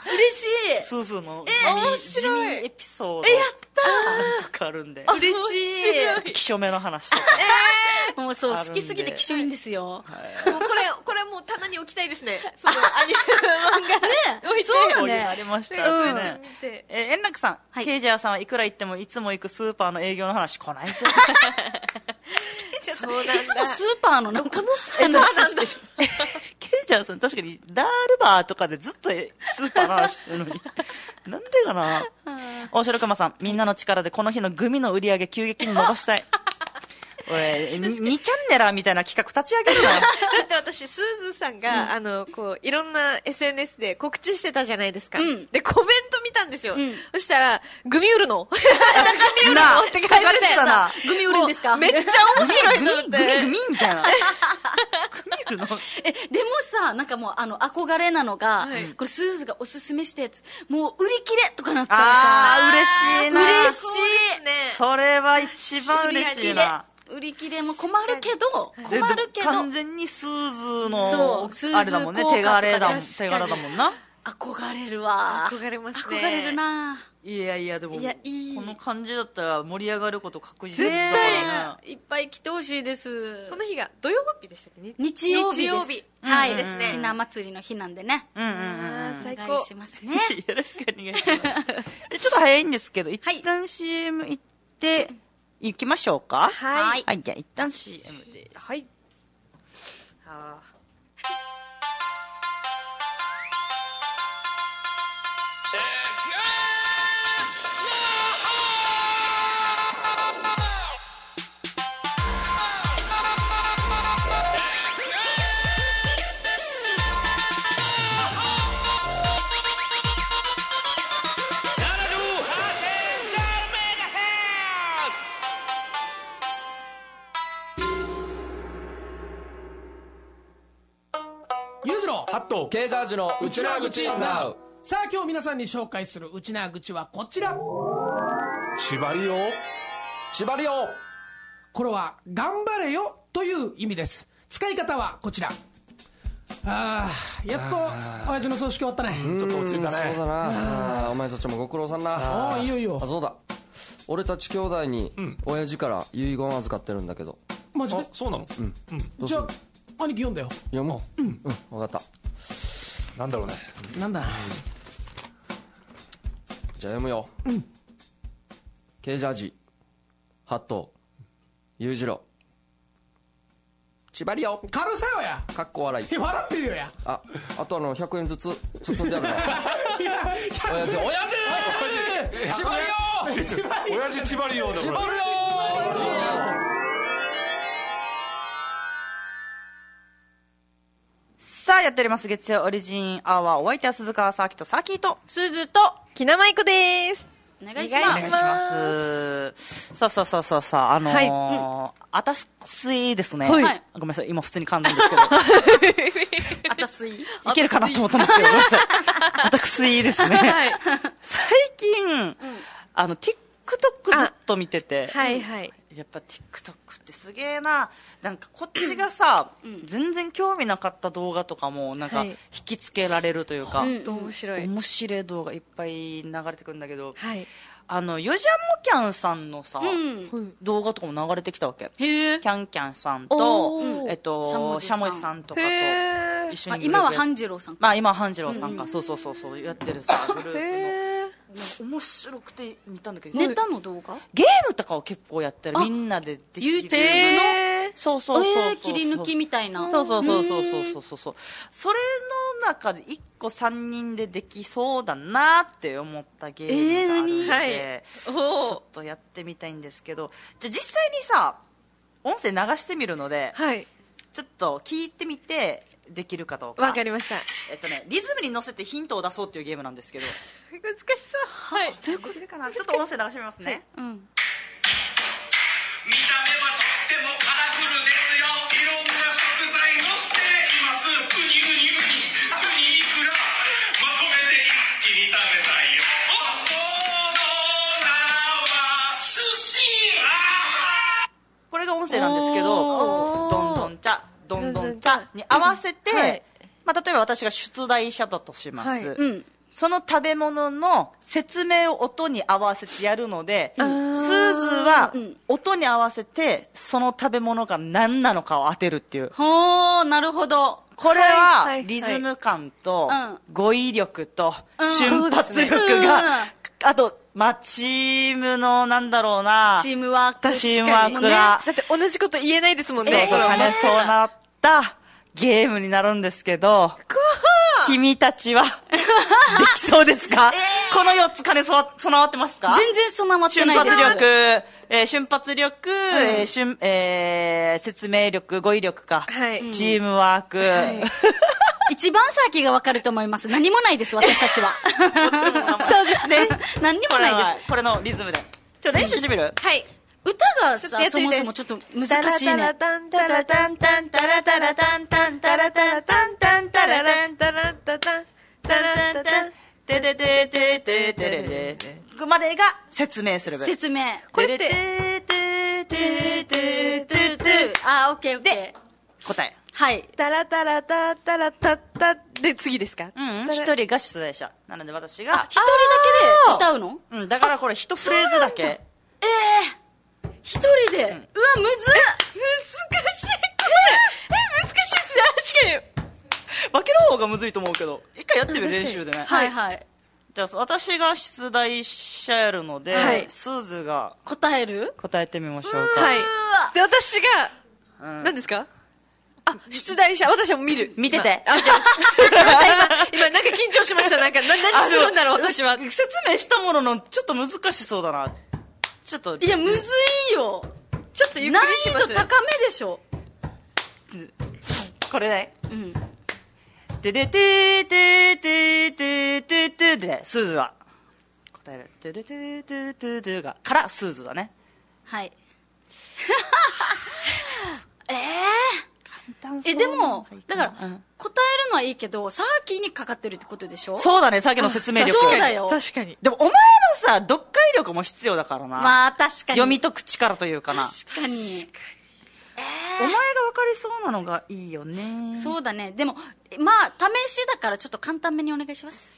嬉しいスースーの地味、地味エピソード。え、やったーあるんで。嬉しいちょっと気象目の話とか。もうそうあるんで好きすぎて気象いいんですよ、もうこれこれもう棚に置きたいですね そのアニメ漫画ね置いてそうだこういうねのありましたうよんね。見てえー円楽さん、はいケイジャーさんはいくら行ってもいつも行くスーパーの営業の話来ないですよ。そうなんだいつもスーパーのなんかこのスーえ話してるケイジャーさん確かにダールバーとかでずっとえスーパーの話してるのに。なんでかな大城熊さん、みんなの力でこの日のグミの売り上げ急激に伸ばしたい。おい、2チャンネラーみたいな企画立ち上げるなよ。だって私、すずさんが、あの、こう、いろんな SNS で告知してたじゃないですか。うんで、コメント見たんですよ。うんそしたら、グミ売るの なあ、書かれてたな。グミ売るんですかめっちゃ面白いと思っグミ、グミ、グて。ミみたいな。グミいるのえでもさなんかもうあの憧れなのが、これスーズがおすすめしたやつもう売り切れとかなったらさあー嬉しいな嬉しいね。それは一番嬉しいな。い売り切れも困るけど困でるけど完全にスーズそのうスーズあれだもんね効果手柄だもんとか手柄だもんな憧れるわ憧れますね憧れるないやいやでもいやいいこの感じだったら盛り上がること確実絶だ対からねいっぱい来てほしいですこの日が土曜日でしたっけね。日曜日日です曜日はいいいですねひな祭りの日なんでねうんうんうんあーお最願い高。しますねよろしくお願いしますでちょっと早いんですけど一はい旦 CM 行って行きましょうかはいはいじゃあ一旦 CM ですはい。ゆずのハットケージャージのウチナー口 NOW さあ今日皆さんに紹介するうちなーぐちはこちらこ縛りを縛りをれは「頑張れよ」という意味です使い方はこちらあーやっと親父の葬式終わったねちょっと落ち着いたねそうだなあーお前たちもご苦労さんなあーいいよいいよあそうだ俺たち兄弟に親父から遺言預かってるんだけどマジでそうなの、どうすじゃるあ兄貴読んだよ読もううん分かったなんだろうねなんだじゃあ読むよ、ケージャージハット裕次郎縛りよ軽さよやかっこ笑いえ笑ってるよやああとあの100円ずつ包んであるな親 親父親父縛りよ親父縛りよだこれ縛るよさあ、やっております。月曜オリジンアワー、お相手は鈴川サーキとサーキと。すずときなまいこです。お願いしおま願お願いすします。さあさあさあさあさあ、あのーはいあたすいですね、はいあごめんなさい、今普通に噛んだんです けど、あたすいいけるかなと思ったんですけど、ごめんなさ い。あたすいですね。最近、あの、TikTok ずっと見てて、はいはい。やっぱ TikTok ってすげえななんかこっちがさ、全然興味なかった動画とかもなんかはい引きつけられるというか、うんどう面白い。面白い動画いっぱい流れてくるんだけど、はい。あのよじゃもキャンさんのさ、うん動画とかも流れてきたわけへえキャンキャンさんとおーえっとししゃゃももじさじさんんとかと一緒まにグルあープ今は半次郎さんかまあ今は半次郎さんか、そうそうそうそうやってるさグループの面白くて見たんだけど、ネタの動画ゲームとかを結構やってるみんなでできる YouTube のそうそうそうそう、えー切り抜きみたいなそうそうそうそうそうそうそうそうそれの中で一個三人でできそうだなって思ったゲームがあるので、えー何はいちょっとやってみたいんですけどじゃあ実際にさ音声流してみるので、はい。ちょっと聞いてみてできるかどうかわかりました。えっとね、リズムに乗せてヒントを出そうっていうゲームなんですけど難しそう。はい。どういうことかなちょっと音声流してみますね、うん見た目はとってもカラフルですよいろんな食材のっていますウニウニウニウニいくらまとめて一気に食べたいよおこの名は寿司あーこれが音声なんですけどおーどんどん茶どんどん茶に合わせて、うんはいまあ、例えば私が出題者だとします、はいうんその食べ物の説明を音に合わせてやるので、スーズはうん音に合わせてその食べ物が何なのかを当てるっていうほーなるほどこれはいはいははいリズム感とうん語彙力とうん瞬発力そうですねが、あと、まあ、チームのなんだろうなチームワークチームワークがだって同じこと言えないですもんそうね。そう、こ跳れねはそうなったゲームになるんですけど、君たちは、できそうです か、この4つ金そわ備わってますか全然備わって瞬ない発です力、えー瞬発力、えー瞬えー説明力、語彙力か、はいチームワーク、一番先が分かると思います何もないです私たちはそうですね何にもこれないはですこれのリズムで。ちょ、練習してみるはい。歌がちょっとやさってそみもたいですそもちょっと難しいタラタラねタンタラタンタンタラタラタンタンタラタラタンタンタラタンタラタタンタラタタン。ててててててれれここまでが説明する部分。説明これっててててててトてゥトゥあーオッケーオッケーで答え。はいタラタラタタラタタで次ですかうん、タラ一人が出題者。なので私が一、人だけで歌うのうん、だからこれ一フレーズだけ。ええ一人で、うわむずっ難しい難しいですね。負ける方がむずいと思うけど、一回やってみるうん確か練に習でね。はいはいじゃあ私が出題者やるので、はいスーズが答える答えてみましょうか。はい。わで、私が、うん何ですかあ、出題者、私はもう見る。見てて今あ見てます 今、今、なんか緊張しました。なんか、なあ何するんだろう、でも私は。 説明したものの、ちょっと難しそうだな。ちょっと、いやむずいよちょっとゆっく難りし易ま度す。高めでしょこれね。うんてでてーてーてーてーてーてーで、スーズは答える。てでてーてーてーてーが、からスーズだね。はい。 え簡単ー、そうえ、でも、だから、答えうるんのはいいけど、サーキーにかかってるってことでしょそうだね、さっきの説明力。そうだよ確かに。でも、お前のさ、読解力も必要だからな。まあ、確かに。読み解く力というかな。確かに。お前が分かりそうなのがいいよね。そうだね。でも、まあ、試しだからちょっと簡単めにお願いします。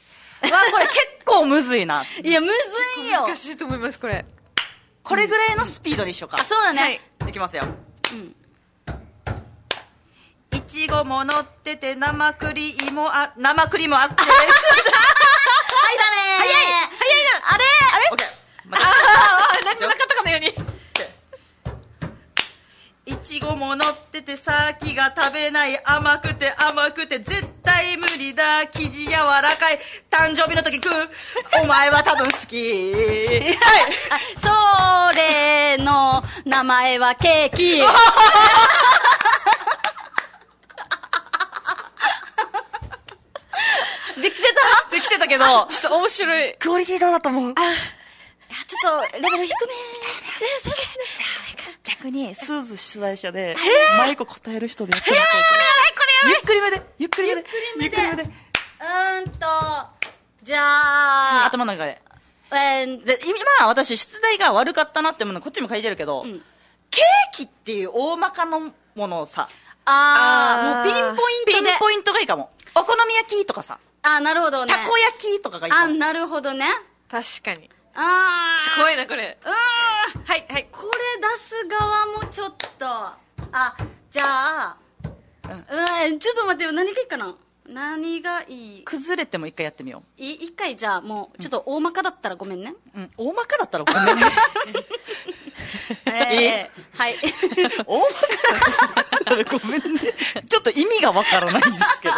わあ、これ結構むずいな。いや、むずいよ。難しいと思います、これ。 これぐらいのスピードにしようか。あ、そうだね。いきますよ。いちごも乗ってて生クリームもあ、生クリームあ って。はい、だね早い早いなあれあれオッケー。何もなかったかのように。いちごも乗っててさきが食べない甘くて甘くて絶対無理だ生地柔らかい誕生日の時食うお前は多分好 きあそれの名前はケーキ。してたけど、ちょっと面白い。クオリティどうだと思うちょっとレベル低め。そうですね。逆に、スーズ出題者で、マイコ答える人でやってみたいゆっくりめで、ゆっくりめで、ゆっくりめで。うーんと、じゃあ、頭の中で。えー、で、今、私、出題が悪かったなってもの、こっちにも書いてるけど、ケーキっていう大まかのものをさ、あー、もうピンポイントで。ピンポイントがいいかも。お好み焼きとかさ、あー、なるほどね。たこ焼きとかがいいあかー、も。なるほどね。確かに。あー。すごいな、これ。うーんはいはいこれ出す側もちょっとあじゃあうんちょっと待ってよ何がいいかな何がいい崩れても一回やってみよい一回じゃあもうちょっと大まかだったらごめんね、う。うん、大まかだったらごめんね。ええはい大まかだったらごめんね。ちょっと意味がわからないんですけど。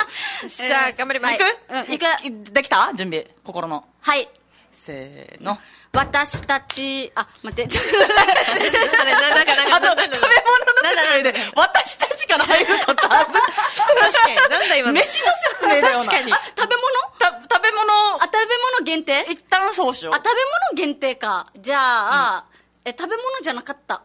じゃあ、頑張りまいす。く、いくできた準備、心の。 はいせーの。私たちあ待って ちょっあれななんか、なんか、あと、なん食だべなんだ物の説明で、私たちから入ること あ確かに。なんだ今る。の。飯の説 明だよな。確かに。と食べ物た食べ物をあ、食べ物限定あ食一旦そうしよべう。物限定かじゃあ、え食べ物じゃなかった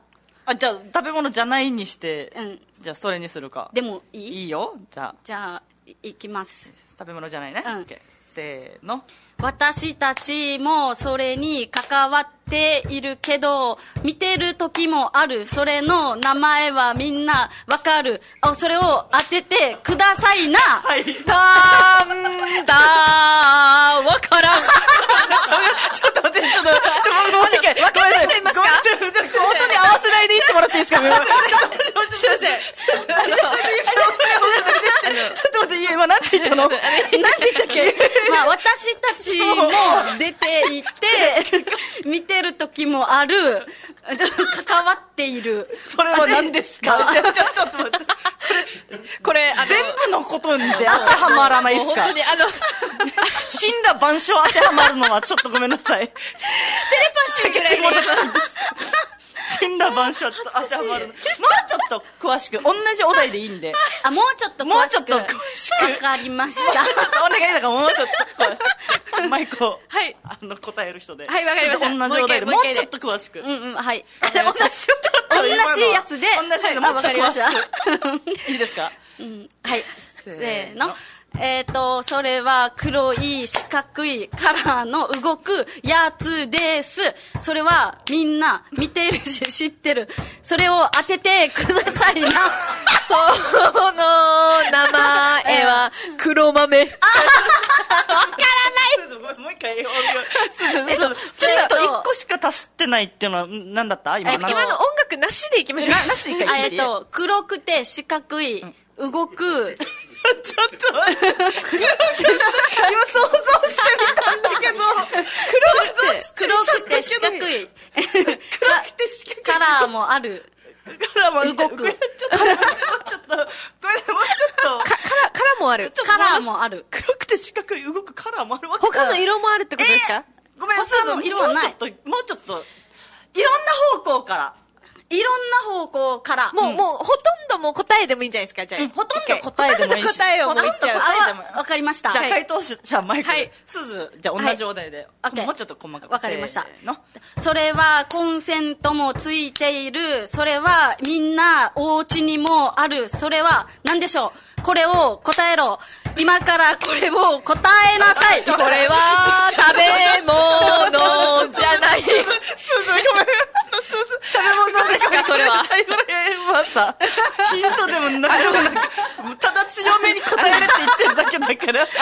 あ、じゃあ、食べ物じゃないにしてうん、じゃあ、それにするか。でもいいいいよ。じゃあ、じゃあいいきます食べ物じゃないね。うんオッケーせーの。私たちもそれに関わっているけど、見てる時もある。それの名前はみんなわかる。あ、それを当ててくださいな。はい。たんだわからん。ちょっと待って、ちょっと、ちょっと、もう一回。あの分かった人いますかごめんなさいごめんなさいちょっと音に合わせないで言ってもらっていいです かすいません。ちょっと待って、今なんて言 ったのなんて言ったっ けまあ私たちも出ていて、見てる時もある。関わっている。それは何ですか ちょちょちょっと待って。これ、あの、全部のことに当てはまらないでもすう本か当に、あの、死んだ万象当てはまるのはちょっとごめんなさい。テレパシーぐらい 死んだ万象当てはまるの。もうちょっと詳しく、同じお題でいいんで。あ、もうちょっともう詳ちょしっく。と詳わしく。かりましちょたっ。とお願いだからもうちょっと詳しく。マイコ、はいあの、答える人で。はいわかりました同じお題で、ももう一回うちょっと詳しく。うんうん、はい。同じ、ちょっと同今のはじやつで。同じやつで、もあうわちょかっりと詳ましした。く。いいですかうん はい。せせーーのの。えっ、と、それは黒い四角いカラーの動くやつです。それはみんな見てるし知ってる。それを当ててくださいな。そう。この名前は、黒豆。もう一回、そうそうそうちょっと一個しか足してないっていうのは、ん何だった今えの。今の音楽なしでいきましょう。ななしで一回聞あえいっていちょっと、黒くて四角い動く。と待って、黒くて今想像してみたんだけど、黒くて四角い。黒くて四角い。カラーもある。黒も動くちょっと、もうちょっと、これもうちょっと、カラーもある。カラーもある。黒くて四角い動くカラーもあるわけ他の色もあるってことですかごめん、他のすず色はないもうちょっと、もうちょっと、いろんな方向から。いろんな方向から。もう、もう、ほとんどもう答えでもいいんじゃないですかじゃあ。ほとんど答えでもいいし。ほとんど答えをもう言っちゃうほとんど答えでもいいあわかりました。じゃあ、はい回答者、マイク。はいすず、じゃあ、同じお題で。はい OK もうちょっと細かく。わかりましたせーの。それはコンセントもついている。それはみんなお家にもある。それは何でしょうこれを答えろ。今からこれを答えなさ い。これは食べ物じゃない。すず、ごめん。すず、食べ物ですかそれは。最後の辺はさ、ヒントでも何でもなく、ただ強めに答えるって言ってるだけだから。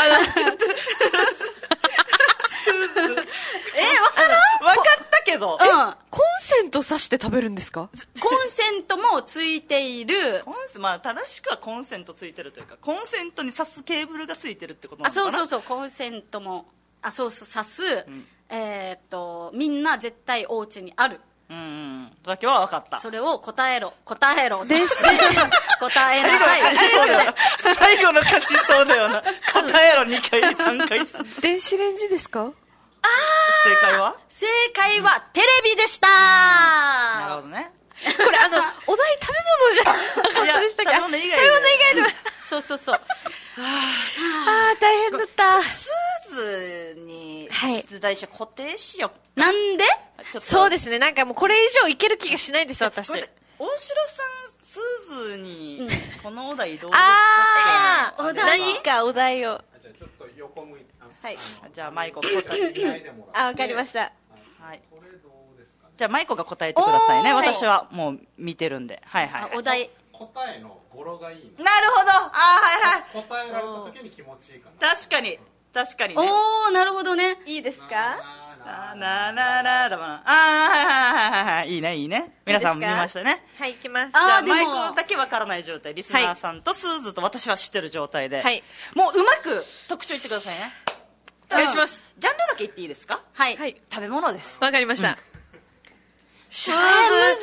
え、わかる分かったけど。うん。コンセント挿して食べるんですかコンセントもついている。コンセまあ、正しくはコンセントついてるというか、コンセントに挿すケーブルがついてるってことなあ、のかなそうそうそう、コンセントも、あ、そうそう、刺す。えーっと、みんな絶対お家にある。う。うんうん。だけは分かった。それを答えろ、答えろ。で、答えなさい。最後の歌詞そうだ よな。答えろ2回、3回。正電子レンジですか解は正解はテレビでしたなるほどね。これあの、お題食べ物じゃなかったでしたっけいや食あべ物以外で食べ物以外でも。そうそうそう。ああ、大変だった。ススーにはい出題者固定しようなんでそうですね。なんかもうこれ以上いける気がしないです、私ご。めんなさい大城さんスーズにこのお題どうですかあっていうのー、があれば何かお題を。はい。じゃあマイコが答えてあ、わかりました。はいじゃあマイコが答えてくださいねおー私はもう見てるんではいはい、あはい、お題答えの語呂がいいなるほどあーはいはいな答えられた時に気持ちいいか確かに確かにねおーなるほどねいいですかあーなーなーなーだもんああはいはいはいはいはいいいねいいね皆さいんい見ですかましたねはい、行きます。じあーゃあでもマイコだけわからない状態リスナーさんとスーズと私は知ってる状態で、はいもううまく特徴言ってくださいねお願いしますジャンルだけ言っていいですかはい、はい食べ物ですわかりました、シャーズ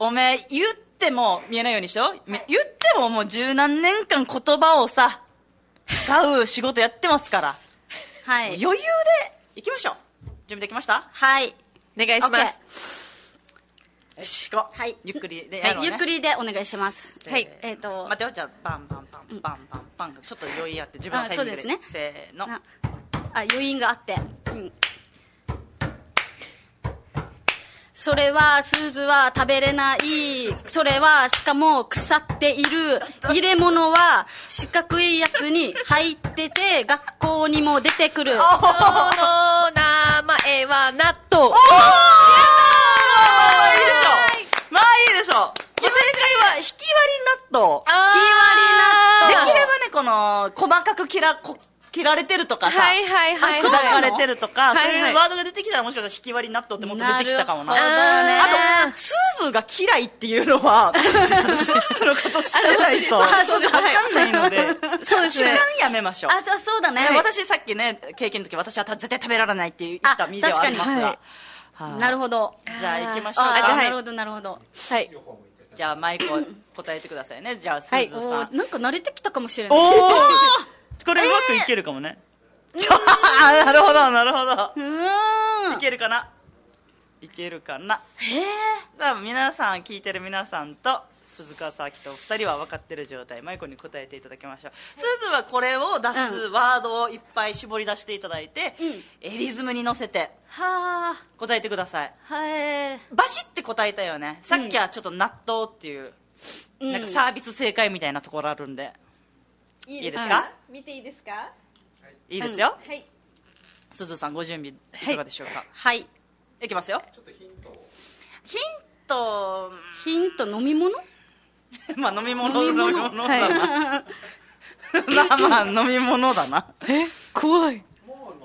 おめえ言っても見えないようにしよう、言ってももう十何年間言葉をさ使う仕事やってますからは余い裕で行きましょう準備できましたはいお願いします。よし行こう、はいゆっくりではやいろうね、ゆっくりでお願いしますせーはいえっ、と待ってよじゃあバンバンバンバンバンバンちょっと余韻あって自分のあタイミングそうですねせーのなあ余韻があって、うん、それはスズは食べれないそれはしかも腐っている入れ物は四角いやつに入ってて学校にも出てくるその名前は納豆。おーまあいいでしょうまあいいでしょう正解は引き割り納豆あーできればねこの細かく切らこ切られてるとかさ、はいはいはい。砕かれてるとか、はいはいそういうワードが出てきたらもしかしたら引き割り納豆ってもっと出てきたかもななるほどねあとスーズが嫌いっていうのはスーズのこと知らないとわあそうですはいかんないのでそうです主ね観やめましょうあそうそうだね、ね私さっきね経験の時私は絶対食べられないって言った身ではありますがあなるほどはいじゃあ行きましょうあかあ、じゃあはいなるほどなるほどはい。じゃあマイクを答えてくださいねじゃあスはいーズおさんーなんか慣れてきたかもしれおないおこれうまくいけるかもねあなるほどなるほどうーいんけるかないけるかなさあ皆さん聞いてる皆さんと鈴川さあきとお二人は分かってる状態マイコに答えていただきましょうすずはこれを出すワードをいっぱい絞り出していただいて、うんえリズムに乗せてはあ答えてくださいはいバシッて答えたよねさっきはちょっと納豆っていう、うんなんかサービス正解みたいなところあるんでいいいですか、見ていいですかいいですよ、はい。すずさんご準備いかがでしょうか、はいい、きますよちょっとヒントヒントヒント飲み物まあ飲み物飲み物だな。 まあまあ飲み物だな。怖い。もう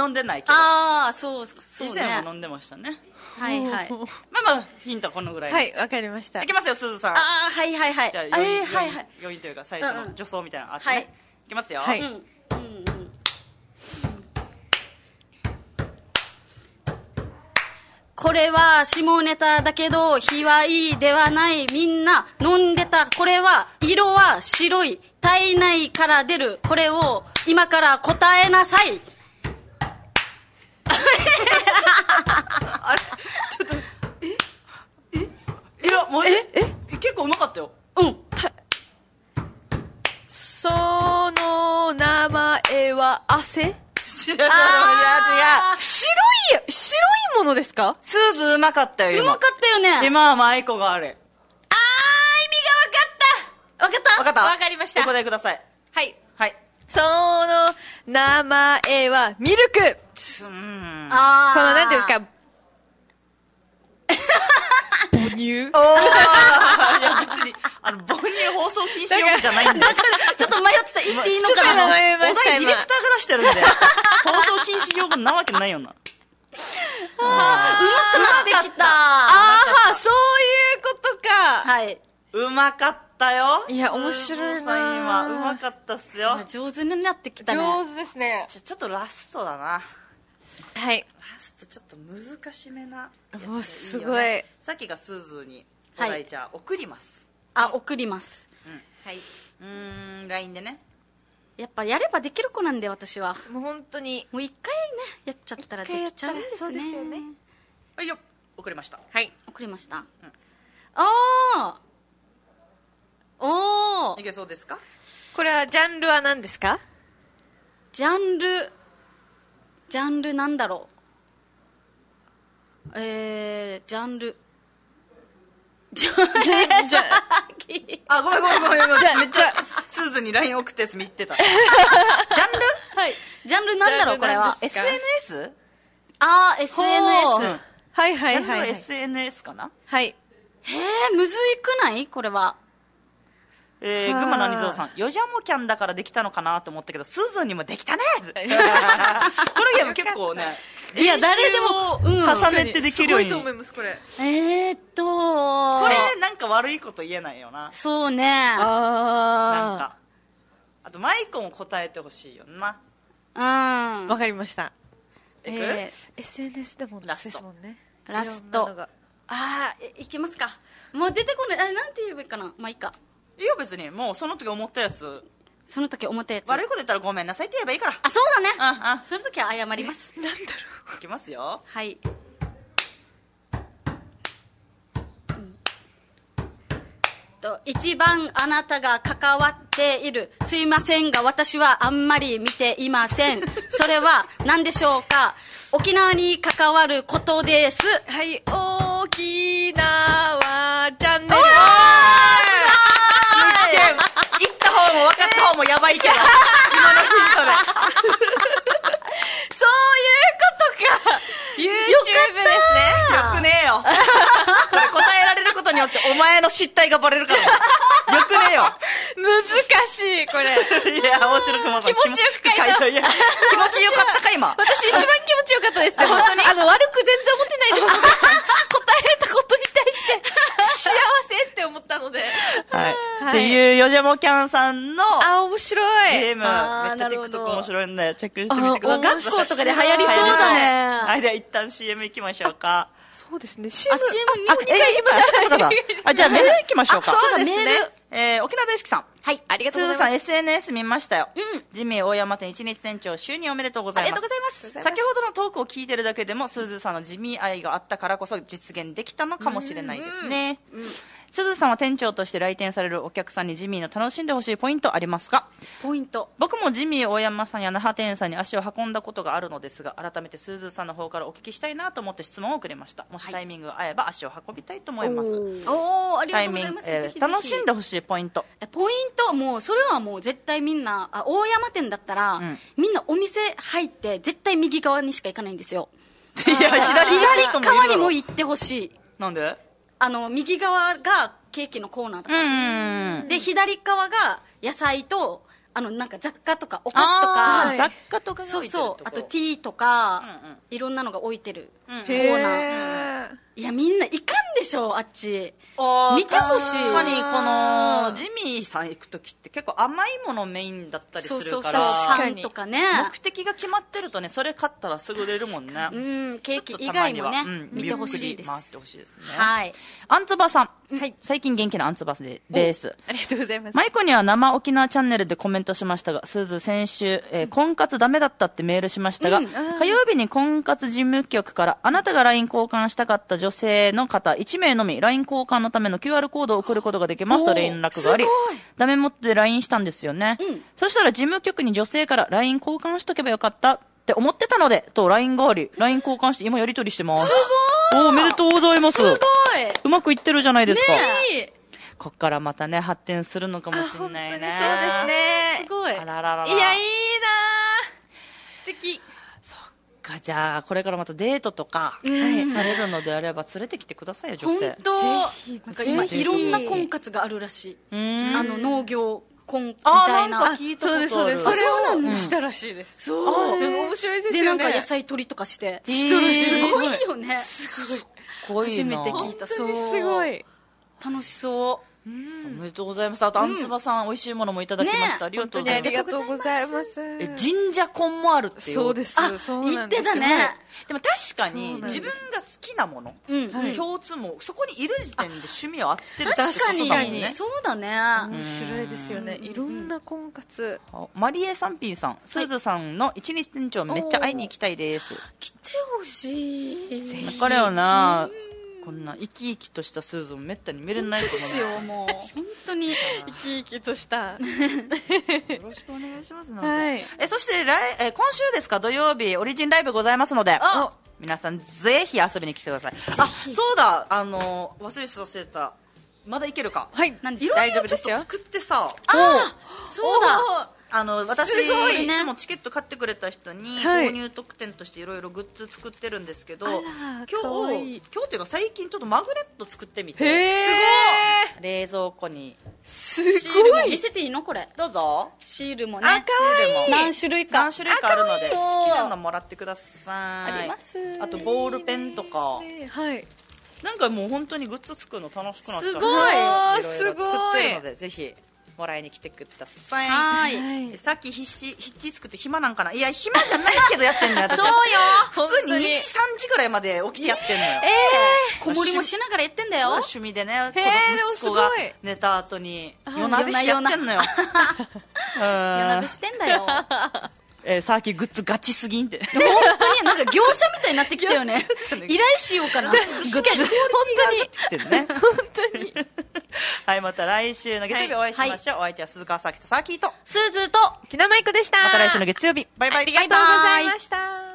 飲んでないけど。ああそうそう以ね前も飲んでましたね。はいはいまあまあヒントはこのぐらいはです。い、わかりましたい。きますよ、すずさん。ああはいはいはいじゃああ余れ韻、はい余はい韻余韻というか最初の助走みたいなのあってはいね。いきますよ。はいうんうんうんこれは下ネタだけど日はいいではないみんな飲んでたこれは色は白い体内から出るこれを今から答えなさいいや、もうええ結構うまかったよ。うんその名前は汗違う違う違う。白い、白いものですかすずうまかったよ。う今まかったよねあー意味が今はまあエコがある。わかったわかった。わかりましたお答えください。はいはい。その名前はミルクつうーん。あこの、なんていうんですか、おーいや別にあの母乳放送禁止用語じゃないんでちょっと迷ってた言っていいのかちょっとな今迷いまおした題今ディレクターが出してるんで放送禁止用語なわけないよなうまくなってきたああそういうことか、はい。うまかったよいや面白いなスーボーさん今うまかったっすよあ上手になってきたね。上手ですねじゃちょっとラストだなはいラストちょっと難しめなやつがおよねすごいさっきがスーズにおは題いじゃあ送りますあ、送ります。はい、うーん LINE でねやっぱやればできる子なんで私は。もう本当にもう一回ね、やっちゃったらできちゃうんですね。はいよ送りましたはい送りました。うんあーおいーけそうですかこれはジャンルは何ですかジャンルジャンルなんだろうえー、ジャン ルジャンルあごめんごめんごめんごめんじゃあめっちゃスーズに LINE 送ったやつ見てたジャンルはいジャンルなんだろうこれは SNS? ああほう SNS はいジャンルは SNS かなはいへえむずいくないこれはえー、群馬の鬼蔵さん、よじゃもキャンだからできたのかなと思ったけど、すずにもでき たねこのゲーム結構ね、いや誰でもうん練習を重ねてできるように。すごいと思います、これ。えーっとここれ、なんか悪いこと言えないよな。そうねあなんか。あと、マイコも答えてほしいよな。うんわかりましたいく、え SNS でもラスト。ラストああいいきますかもう出てこないあなんて言えばいいかなまあいいかいや、別に、もうその時思ったやつ。その時思ったやつ悪いこと言ったらごめんなさいって言えばいいから。あそうだねあ、あ、その時は謝りますなんだろいきますよ。はいうんと一番あなたが関わっているすいませんが私はあんまり見ていませんそれは何でしょうか沖縄に関わることですはい沖縄チャンネルすっげえ行った方も分かった方もやばいけど、今のヒントで。そういうことか YouTube ですねよくねえよ。これ答えられることによってお前の失態がバレるから。よくねえよ。難しいこれいや、面白くもさん気持ちよく書いた気持ちいや気持ちよかったか、今。私一番気持ちよかったですね本当にあの悪く全然思ってないですので 答えられたことに対して幸せって思ったのでははい。いっていう、よじゃもキャンさんのあ面白いゲーム、めっあーちなゃるほ TikTok ど面白いんで、チェックしてみてください。あ学校とかで流行りそうだねはい、では一旦 CM 行きましょうか。そうですね CM あ CM ああ、えー、今、そうかそうか。あ、じゃあメール行きましょうか。そうですねえー、沖縄大好きさん。はいありがとうござい鈴まさすん SNS 見ましたよ、うんジミー大山店一日店長就任おめでとうございますありがとうございます先ほどのトークを聞いてるだけでも鈴さんのジミー愛があったからこそ実現できたのかもしれないですね鈴さんは店長として来店されるお客さんにジミーの楽しんでほしいポイントありますかポイント僕もジミー大山さんや那覇店さんに足を運んだことがあるのですが改めてスーズーさんの方からお聞きしたいなと思って質問をくれましたもしタイミングが合えば足を運びたいと思いますおおありがタとイミうござンいグます、えぜーひぜひ楽しんでほしいポイントえポイントもうそれはもう絶対みんなあ大山店だったら、んみんなお店入って絶対右側にしか行かないんですよいや左左側にもい行ってほしいなんであの右側がケーキのコーナーとうか、んで左側が野菜とあのなんか雑貨とかお菓子とあーか雑貨とかがそ置ういてるそうこあとティーとか、うんうんいろんなのが置いてるコんーナーいやみんな行かんでしょあっちあー見てほしい確かにこのジミーさん行く時って結構甘いものメインだったりすそうそるうかそうらパンとかね目的が決まってるとねそれ買ったらすぐ売れるもんねうんケーちキょっと以たま外にもはね、うん見てほしいでゆっくりす回ってほしいですねはいあんつばさん、最近元気なあんつばでですありがとうございますマイコには生沖縄チャンネルでコメントしましたが、すず先週、えー婚活ダメだったってメールしましたが、火曜日に婚活事務局から、あなたが LINE 交換したかった女性の方1名のみ、LINE 交換のための QR コードを送ることができますと連絡があり、ダメ持ってで LINE したんですよね。そしたら事務局に女性から LINE 交換しとけばよかったって思ってたので、と LINE があり、LINE 交換して今やりとりしてます。すごいおーおめでとうございます。うまくいってるじゃないですか。こっからまたね、発展するのかもしれないそね。うですねすごいあららららいやいいな素敵かじゃあ、これからまたデートとか、されるのであれば、連れてきてくださいよ、女性本。当なんか今ぜひいろんな婚活があるらしいあの農業婚みあたー、いななんか聞いたことある。そうですそうですあそうなんだをしたらしいですそう面白いですでよなねんか野菜取りとかして知っとるしすごいよねすごい初めなて聞いたそう楽しそうおめでとうございます。あと、あんつばさん、美味しいものもいただきました。ねえありがとう本当ごにざあいまりす。がとうございますえ、神社婚もあるっていう。そうですあそう言なっんでてすたねでも確かにそうなんです自分が好きなもの、うんうん共通もそこにいる時点で趣味は合ってるって確かことだもんにねそうだね面白いですよねいろんな婚活あマリエサンピンさん、すずさんの一日店長めっちゃ会いに行きたいです。来てほしいわかるよな。こんな生き生きとしたスーズをめったに見れないと思いますよもう本当に生き生きとしたよろしくお願いしますので、えそして来え今週ですか土曜日オリジンライブございますので皆さんぜひ遊びに来てくださいあそうだあの忘れてた忘れてたまだいけるかはい何ですいかろ大い丈ろち夫でょっすよと作ってさあーそうだあの私すごいいつもチケット買ってくれた人にはい購入特典としていろいろグッズ作ってるんですけど、あら今日かわいい今日っていうか最近ちょっとマグネット作ってみて冷蔵庫にシールも見せていいのこれどうぞシールもねあ可愛い何種類か何種類かあるのであ可好愛いきなのもらってくださいありますあとボールペンとかはいなんかもう本当にグッズ作るの楽しくなっちゃったすろごいろ作ってるのでぜひもらいに来てくださいはーいえさっき必死必死作って暇なんかないや暇じゃないけどやってんのよ私そうよ普通に2時3時ぐらいまで起きてやってんのよ子守もしながらやってんだよ趣味でね子へー供息子がでもすごい寝た後にい夜なべしてやってんのよ うん夜なべしてんだよ本えーさっきグッズガチすぎんって当になんか業者みたいになってきたよね依頼しようかなグッズ本来てるね 本当にはいまた来週の月曜日お会いしましょう、お相手は鈴川さきとさきとスーズーときなまいこでしたまた来週の月曜日バイバイありがとうございました